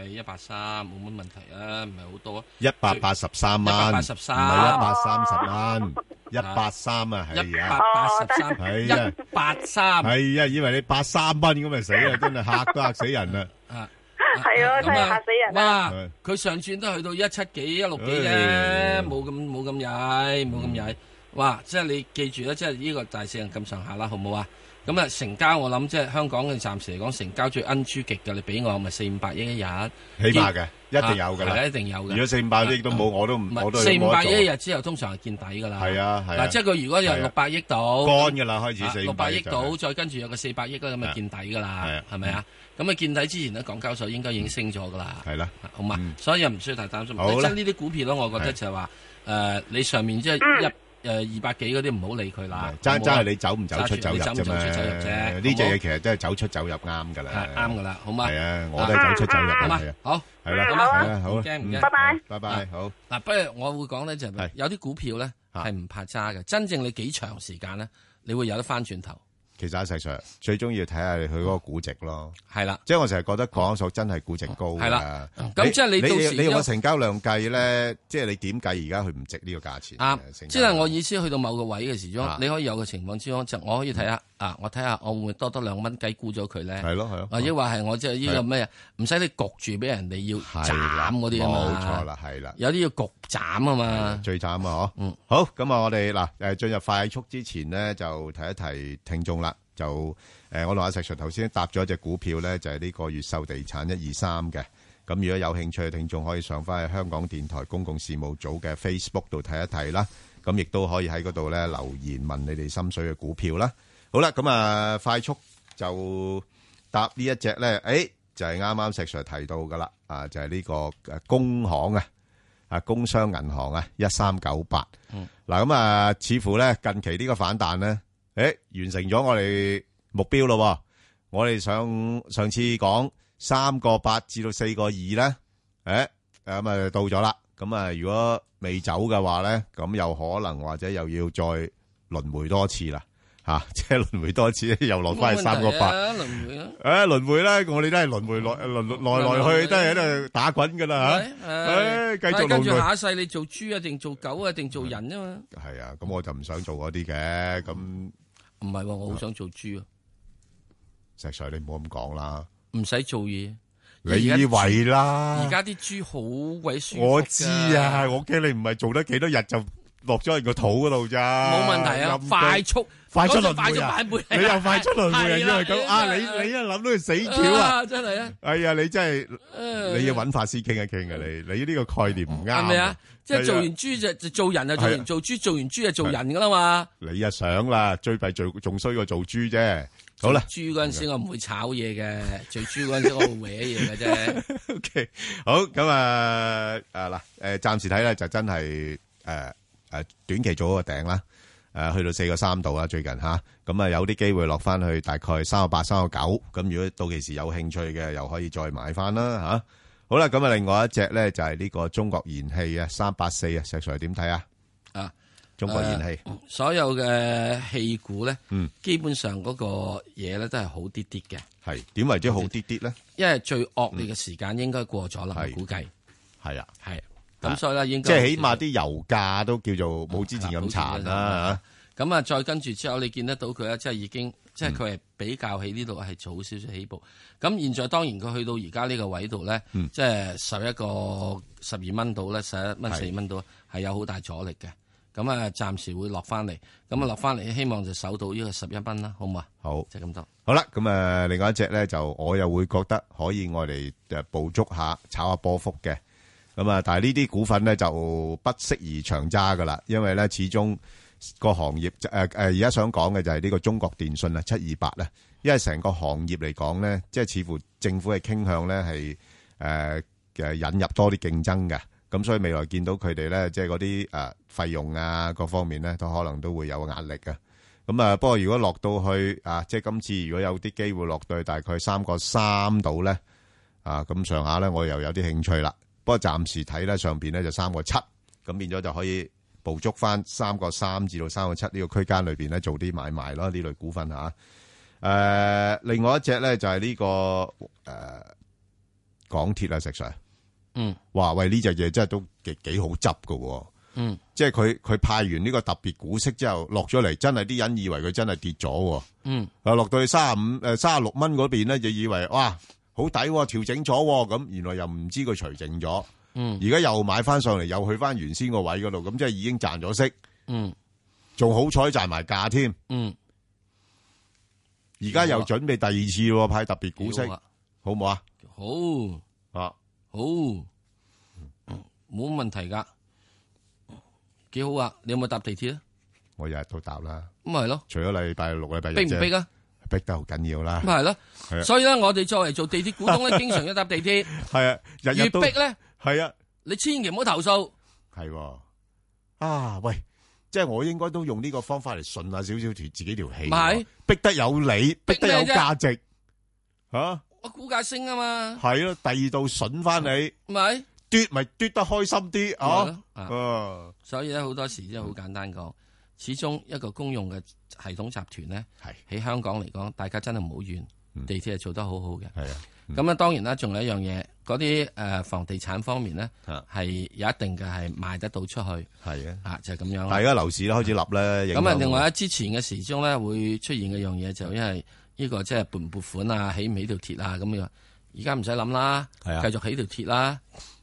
B: 係一百三冇乜問題啊，唔係好多啊。
A: 一百八十三蚊，唔係
B: 183
A: 一百三十蚊，一百三啊，
B: 一
A: 係
B: 百
A: 啊，
B: 八十三，
A: 係啊
B: 一百三
A: 係啊，以為你八三蚊咁咪死啊，真係嚇都嚇 死人啦！
B: 啊！
E: 係咯真係嚇死人
B: 哇
E: 啊！
B: 佢上轉都去到一七幾、一六幾
A: 唉哎
B: 啫，冇咁冇咁曳，冇咁
A: 嗯
B: 曳。哇！即係你記住啦，啊即係呢個大市人咁上下啦，好唔好啊？咁啊，成交我諗即係香港嘅暫時嚟講，成交最恩珠極嘅，你俾我咪四五百億一日，
A: 起碼嘅，一定有㗎
B: 啊係啊
A: 啦
B: 一。定有嘅。
A: 如果四五百億都冇，我都
B: 唔
A: 唔，我都
B: 係四五百億一
A: 日
B: 日之後，通常係見底㗎啦。
A: 係啊係啊
B: 嗱，即係佢如果有
A: 係啊
B: 六百億到，
A: 乾㗎啦，開始四
B: 六
A: 五百
B: 百
A: 億
B: 億
A: 就
B: 到，
A: 係
B: 再跟住有個四百億啦，咁
A: 係
B: 啊見底噶
A: 係
B: 啦
A: 啊，
B: 係咪啊？咁啊見底之前咧，港交所應該已經升咗噶啦，
A: 係啦，
B: 好嘛
A: 嗯？
B: 所以又唔需要太擔心。
A: 好啦
B: 即係呢啲股票咧，我覺得
A: 係
B: 就係話誒，你上面即係一誒二百幾嗰啲唔好理佢啦，
A: 爭
B: 好唔
A: 爭
B: 好
A: 係
B: 啊
A: 你走唔走
B: 揸住
A: 出走入
B: 你走唔
A: 啫
B: 走
A: 嘛。
B: 出走入啫
A: 呢隻
B: 好唔好
A: 嘢其實真係走出走入啱㗎啦
B: 係。啊啱噶啦，好嘛？
A: 係啊，我都係走出走入
B: 好嘛
A: 係啊，？
B: 好
A: 係啦，
B: 好
A: 係
B: 啊
A: 啦，好
B: 唔
A: 啦，
B: 驚唔
A: 嗯
B: 驚
E: 拜拜，
A: 拜拜，
B: 啊
A: 好
B: 嗱，不如我會講咧就係
A: 係
B: 有啲股票咧
A: 啊
B: 係唔怕揸嘅，真正你幾長時間咧，你會有得翻轉頭。
A: 其實阿石 Sir 最中意睇下佢嗰個估值咯。
B: 係啦，
A: 即係我成日覺得港交所真係估值高㗎
B: 係啦咁即係你到時
A: 你用
B: 因
A: 個成交量計咧，即係你點計而家佢唔值呢個價錢？啊
B: 啱，
A: 成
B: 啊即
A: 交
B: 係
A: 量
B: 我意思去到某個位嘅時
A: 啊
B: 鐘，你可以有個情況之中，就我可以睇下啊，我睇下我會唔會多多兩蚊雞沽咗佢咧？
A: 係咯係咯
B: 啊，抑或係我即係呢個咩？唔使你焗住俾人哋要
A: 係啦
B: 斬嗰啲啊嘛，
A: 冇錯啦，係啦。
B: 有啲要焗斬啊嘛。
A: 最慘啊！嗬，好咁啊，我哋嗱誒進入快速之前咧，就提一提聽眾啦。就誒、呃我同阿石 Sir 頭先搭咗一隻股票咧，就係、呢個越秀地產一二三嘅。咁如果有興趣嘅聽眾，可以上翻去香港電台公共事務組嘅 Facebook 度睇一睇啦。咁亦都可以喺嗰度咧留言問你哋心水嘅股票啦。好啦，咁啊快速就搭呢一隻咧，誒、就係啱啱石 Sir 提到噶啦，啊就係、呢個誒工行啊。啊，工商銀行啊，一三九八。嗱，咁啊，似乎咧近期呢個反彈咧，诶，完成咗我哋目標咯喎。我哋上上次講三個八至到四個二咧，诶，咁啊到咗啦。咁啊，如果未走嘅話咧，咁有可能或者又要再輪迴多次啦，吓、 即係輪迴多次，又落翻去三個八。
B: 冇問題啊輪迴啊
A: 诶，轮回咧，我哋都系轮回来轮来来去都系喺度打滾噶啦吓，
B: 誒
A: 诶，繼
B: 但
A: 續
B: 係跟
A: 輪
B: 住
A: 回。
B: 下一世你做豬啊，定做狗啊，定做人啊嘛？
A: 系啊，咁我就唔想做嗰啲嘅，咁唔
B: 系喎，我好想做豬啊！
A: 石 Sir，你唔好咁講啦，
B: 唔使做嘢，
A: 你以為啦？
B: 而家啲豬好鬼舒服㗎
A: 我知啊，我驚你唔係做得幾多日就落咗人個肚嗰度咋？
B: 冇問題啊
A: 陰，公
B: 快速
A: 快速
B: 嗰個
A: 輪回
B: 快速
A: 啊
B: 版本！
A: 你又快速輪回啊？
B: 係
A: 因
B: 啦
A: 為咁啊，你
B: 係啦
A: 你一諗到佢死橋啊！
B: 真係啊！
A: 哎呀，你真
B: 唉
A: 係你要揾法師傾一傾啊！你你呢個概念唔啱
B: 係
A: 啊
B: 咪啊？即係做
A: 係啊
B: 完豬就就做人啊，做
A: 係啊
B: 完做豬，做完豬就做人噶啦嘛。
A: 你啊想啦，最弊做仲衰過做豬啫。好啦，
B: 豬嗰陣時我唔會炒嘢嘅，做豬嗰陣時我會搲嘢嘅啫。
A: OK，好咁啊，啊嗱，诶，暂时睇咧就真係诶诶，短期做嗰個頂啦，诶，去到四個三度啦，最近吓，咁啊有啲機會落翻去大概三個八、三個九，咁如果到期時有興趣嘅，又可以再買翻啦吓。好啦，咁啊，另外一隻咧就係呢個中國燃氣啊，三八四啊，石 Sir 點睇啊？
B: 啊，
A: 中國燃氣，
B: 呃所有嘅氣股咧
A: 嗯，
B: 基本上嗰個嘢咧都係好啲啲嘅，
A: 係點為之好啲啲咧？
B: 因為最惡劣嘅時間應該過咗啦，我估計
A: 係啊，
B: 係。咁所以咧應
A: 即
B: 該
A: 係起碼啲油價都叫做冇之前咁殘啦
B: 咁啊，再跟住之後，你見得到佢啊咧，即係已經，即係佢係比較喺呢度係早少少起步。咁現在當然佢去到而家呢個位度咧，
I: 嗯
B: 即係十一個十二蚊度咧，十一蚊
I: 係
B: 四蚊度係有好大阻力嘅。咁啊，暫時會落翻嚟，咁啊落翻嚟，希望就守到呢個十一蚊啦，好唔好啊？
A: 好，
B: 就係咁多。
A: 好啦，咁啊，另外一隻咧就我又會覺得可以我嚟誒捕捉下炒下波幅嘅，咁啊，但係呢啲股份咧就不適宜長揸噶啦，因為咧始終個行業誒誒而家想講嘅就係呢個中國電信啊七二八咧，因為成個行業嚟講咧，即係似乎政府係傾向咧係誒誒引入多啲競爭嘅，咁所以未來見到佢哋咧即係嗰啲誒費用啊各方面咧都可能都會有壓力嘅。咁啊，不過如果落到去啊，即係今次如果有啲機會落到去大概三個三度咧，啊咁上下咧，我又有啲興趣啦。不過暫時睇咧上邊咧就三個七，咁變咗就可以捕捉翻三個三至到三個七呢個區間裏邊咧做啲買賣咯，呢類股份嚇。誒、另外一隻咧就係呢、個誒、港鐵啊，石 Sir，
B: 嗯，
A: 哇喂，呢只嘢真係都幾幾好執嘅喎。
B: 嗯，
A: 即係佢佢派完呢個特別股息之後落咗嚟，真係啲人以為佢真係跌咗喎，
B: 嗯，
A: 啊落到去三十五呃誒三十六蚊嗰邊咧，就以為哇好抵喎，調整咗喎咁，原來又唔知佢除淨咗，
B: 嗯
A: 而家又買翻上嚟，又去翻原先個位嗰度，咁即係已經賺咗息，
B: 嗯，
A: 仲好彩賺埋價添，
B: 嗯，
A: 而家又準備第二次喎派特別股息
B: 啊幾好啊，
A: 好唔
B: 好
A: 好啊？啊，
B: 好，冇問題噶，幾好啊！你有冇搭地鐵啊？
A: 我日日都答啦，
B: 咁咪係咯，
A: 除咗禮拜六、禮拜日
B: 逼唔
A: 啫
B: 逼啊？
A: 逼得好緊要啦，
B: 咁咪係咯
A: 係啊。
B: 所以咧，我哋作為做地鐵股 東咧，經常要搭地鐵。
A: 係啊，日
B: 越
A: 日都
B: 逼咧，
A: 係啊。
B: 你千祈唔好投訴。
A: 係喎啊，喂，即係我應該都用呢個方法嚟順下少少條自己條氣喎，
B: 唔係
A: 逼得有理，逼得有
B: 咩啫
A: 價值，吓
B: 我股價升啊嘛，
A: 係咯，第二度筍翻你，
B: 咪
A: 嘟咪嘟得開心啲
B: 係
A: 啊
B: 咯，啊
A: 啊
B: 所以咧好多時真係好簡單講，始終一個公用嘅系統集團咧，
A: 係
B: 喺香港嚟講，大家真係唔好怨
A: 嗯，
B: 地鐵係做得好好嘅。
A: 係啊，
B: 咁咧當然啦，仲有一樣嘢，嗰啲誒房地產方面咧，
A: 啊
B: 係有一定嘅係賣得到出去
A: 係啊。
B: 啊，就係咁樣啦。
A: 但係而家樓市咧開始立咧，影響
B: 咁啊，另外咧，之前嘅時鐘咧會出現嘅樣嘢就因為呢個即係撥唔撥款啊，起唔起條鐵啊咁樣。而家唔使諗啦，繼
A: 係啊
B: 續起條鐵啦，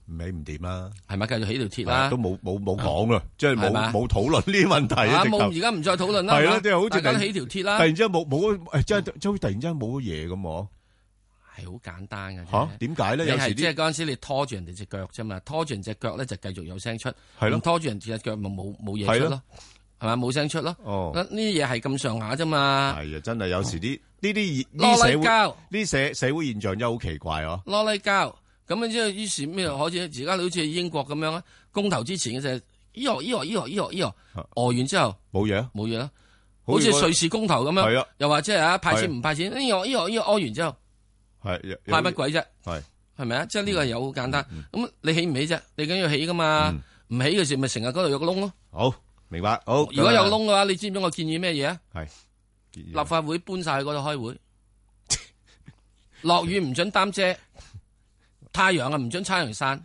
A: 尾唔掂啦，
B: 係咪繼續起條鐵
A: 係啊
B: 啦
A: 都？冇冇冇講啦，即係
B: 係
A: 冇
B: 嘛
A: 冇討論呢啲問題啊
B: 啊，
A: 直頭
B: 冇而家唔再討論啦。
A: 係咯
B: 嘛
A: 即係好似
B: 大家都
A: 突然
B: 起條鐵
A: 突
B: 啦，
A: 然之間冇冇誒，即係即係好似突然之間冇嘢咁喎
B: 係好簡單嘅啫。
A: 嚇？點解咧？
B: 你
A: 有時
B: 係即係
A: 啲
B: 嗰陣時，你拖住人哋只腳啫嘛，拖住人只腳咧就繼續有聲出，
A: 係咯
B: 唔拖住人隻腳咪冇冇嘢
A: 係
B: 出
A: 咯
B: 咯，係咪冇聲出咯？
A: 哦
B: 呢啲嘢係咁上下啫嘛，
A: 係啊，真係有時啲呢啲呢
B: 攞
A: 啲
B: 嚟
A: 社會
B: 交
A: 呢社社會現象真係好奇怪哦。
B: 攞嚟交咁啊！之後於是咩開始？而家你好似英國咁樣啊，公投之前嘅就係醫學醫學醫學醫學醫學，
A: 啊
B: 餓哦完之後
A: 冇嘢啊，
B: 冇嘢啦，
A: 好
B: 好
A: 似
B: 似
A: 我
B: 瑞士公投咁
A: 係
B: 樣
A: 啊，
B: 又或者係啊派錢
A: 係
B: 唔派錢，哦醫學醫學醫學屙完之後
A: 係有
B: 派乜鬼啫？
A: 係嗯
B: 係咪啊？即係呢個又好簡單。咁你起唔起啫？你梗要起噶嘛？唔起嘅時咪成日嗰度有個窿咯。
A: 好明白好。
B: 如果有窿嘅話，你知唔知我建議咩嘢啊？
A: 係嗯
B: 立法會搬晒去嗰度開會，落雨唔准擔遮，太陽啊唔准撐陽傘。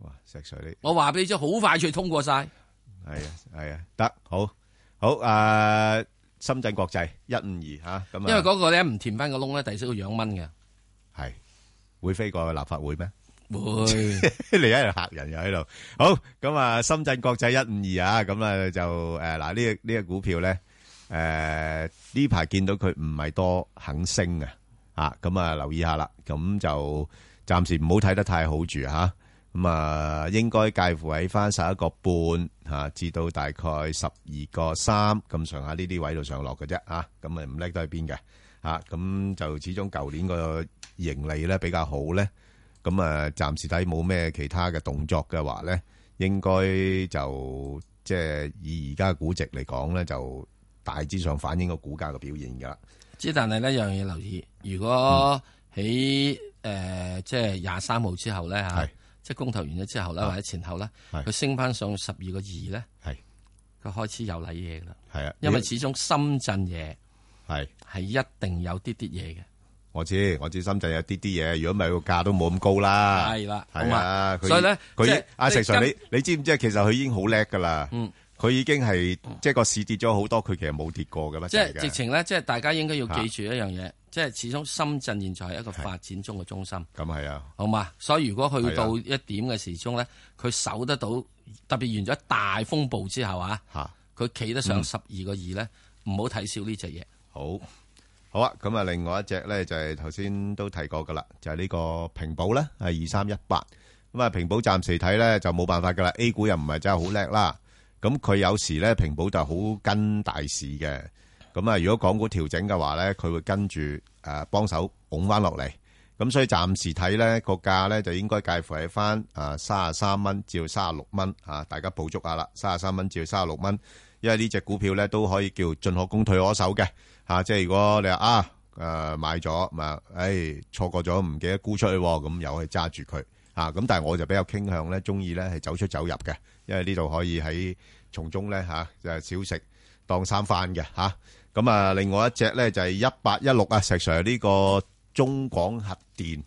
A: 哇石 Sir 你
B: 我話俾你知，好快脆通過晒。
A: 係啊係啊得好好誒深圳國際一五二嚇咁啊，
B: 因為嗰個咧唔填翻個窿咧，第四個養蚊 嘅。
A: 係會飛過去立法會咩？
B: 會
A: 你喺度嚇人又喺度。好咁啊，深圳國際一五二啊，咁啊就誒嗱呢個呢個股票咧誒呢排見到佢唔係多肯升啊，啊咁啊留意下啦。咁就暫時唔好睇得太好住嚇。咁啊，應該介乎喺翻十一個半嚇，至到大概十二個三咁上下呢啲位度上落嘅啫嚇。咁啊唔叻得去邊嘅嚇。咁就始終舊年個盈利咧比較好咧。咁啊，暫時睇冇咩其他嘅動作嘅話咧，應該就即係以而家嘅估值嚟講咧，就大致上反映個股價嘅表現㗎啦。
B: 之但係呢樣嘢留意，如果
A: 嗯
B: 喺誒即係廿三號之後咧嚇
A: 係，啊
B: 即係公投完咗之後咧，或者前後咧，
A: 係
B: 佢升翻上十二個二咧，
A: 係
B: 佢開始有禮嘢㗎啦。
A: 係啊，
B: 因為始終深圳嘢
A: 係
B: 係一定有啲啲嘢嘅。
A: 我知我知深圳有啲啲嘢，如果唔係個價都冇咁高啦。
B: 係啦
A: 係
B: 好
A: 啊
B: 嘛，
A: 佢
B: 所以呢
A: 佢
B: 即係
A: 阿
B: 即係
A: 石 Sir，
B: 跟
A: 你你知唔知其實佢已經好叻㗎啦。
B: 嗯，
A: 佢已經係即係個市跌咗好多，佢其實冇跌過㗎嘛。
B: 即係
A: 成日
B: 直情咧，即係大家應該要記住一樣嘢，
A: 啊
B: 即係始終深圳現在係一個發展中嘅中心，
A: 咁係啊。
B: 好嘛？所以如果去到
A: 係啊
B: 一點嘅時鐘咧，佢守得到，特別完咗大風暴之後啊，
A: 嚇
B: 佢企得
A: 嗯
B: 上十二個二咧，唔好睇少呢只嘢。
A: 好，好啊，咁啊，另外一隻咧就係頭先都提過噶啦，就係、呢個平保咧，係二三一八。咁啊，平保暫時睇咧就冇辦法噶啦，A 股又唔係真係好叻啦。咁佢有時咧平保就好跟大市嘅。咁啊，如果港股調整嘅話咧，佢會跟住誒幫手拱翻落嚟。咁所以暫時睇咧個價咧就應該介乎喺翻啊三十三蚊至到三十六蚊啊，大家捕捉下啦，三十三蚊至到三十六蚊，因為呢只股票咧都可以叫進可攻退可守嘅嚇、啊即係如果你話啊誒、買咗嘛，誒、唉錯過咗唔記得沽出去喎，咁又可以揸住佢嚇。咁、但係我就比較傾向咧，中意咧係走出走入嘅，因為呢度可以喺從中咧嚇就係小食當三番嘅嚇。咁啊，另外一隻咧就係一八一六啊，石 Sir 呢個中廣核電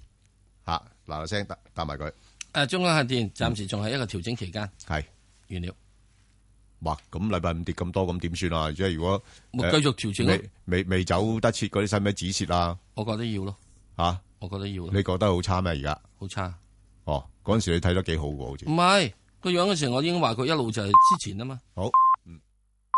A: 嚇，嗱嗱聲答答埋佢，
B: 誒，中港核電暫時仲係一個調整期間，
A: 係
B: 完了，
A: 哇！咁禮拜五跌咁多，咁點算啊？即係如果
B: 咪
A: 誒
B: 繼續調整咯
A: 未。未未走得切嗰啲，使唔使止蝕啊？
B: 我覺得要咯，
A: 嚇，
B: 我覺得要咯，
A: 你覺得好差咩？而家
B: 好差。
A: 哦，嗰陣時你睇得幾好喎，好似
B: 嗯唔係個樣嘅時候，我已經話佢一路就係之前啊嘛。
A: 好。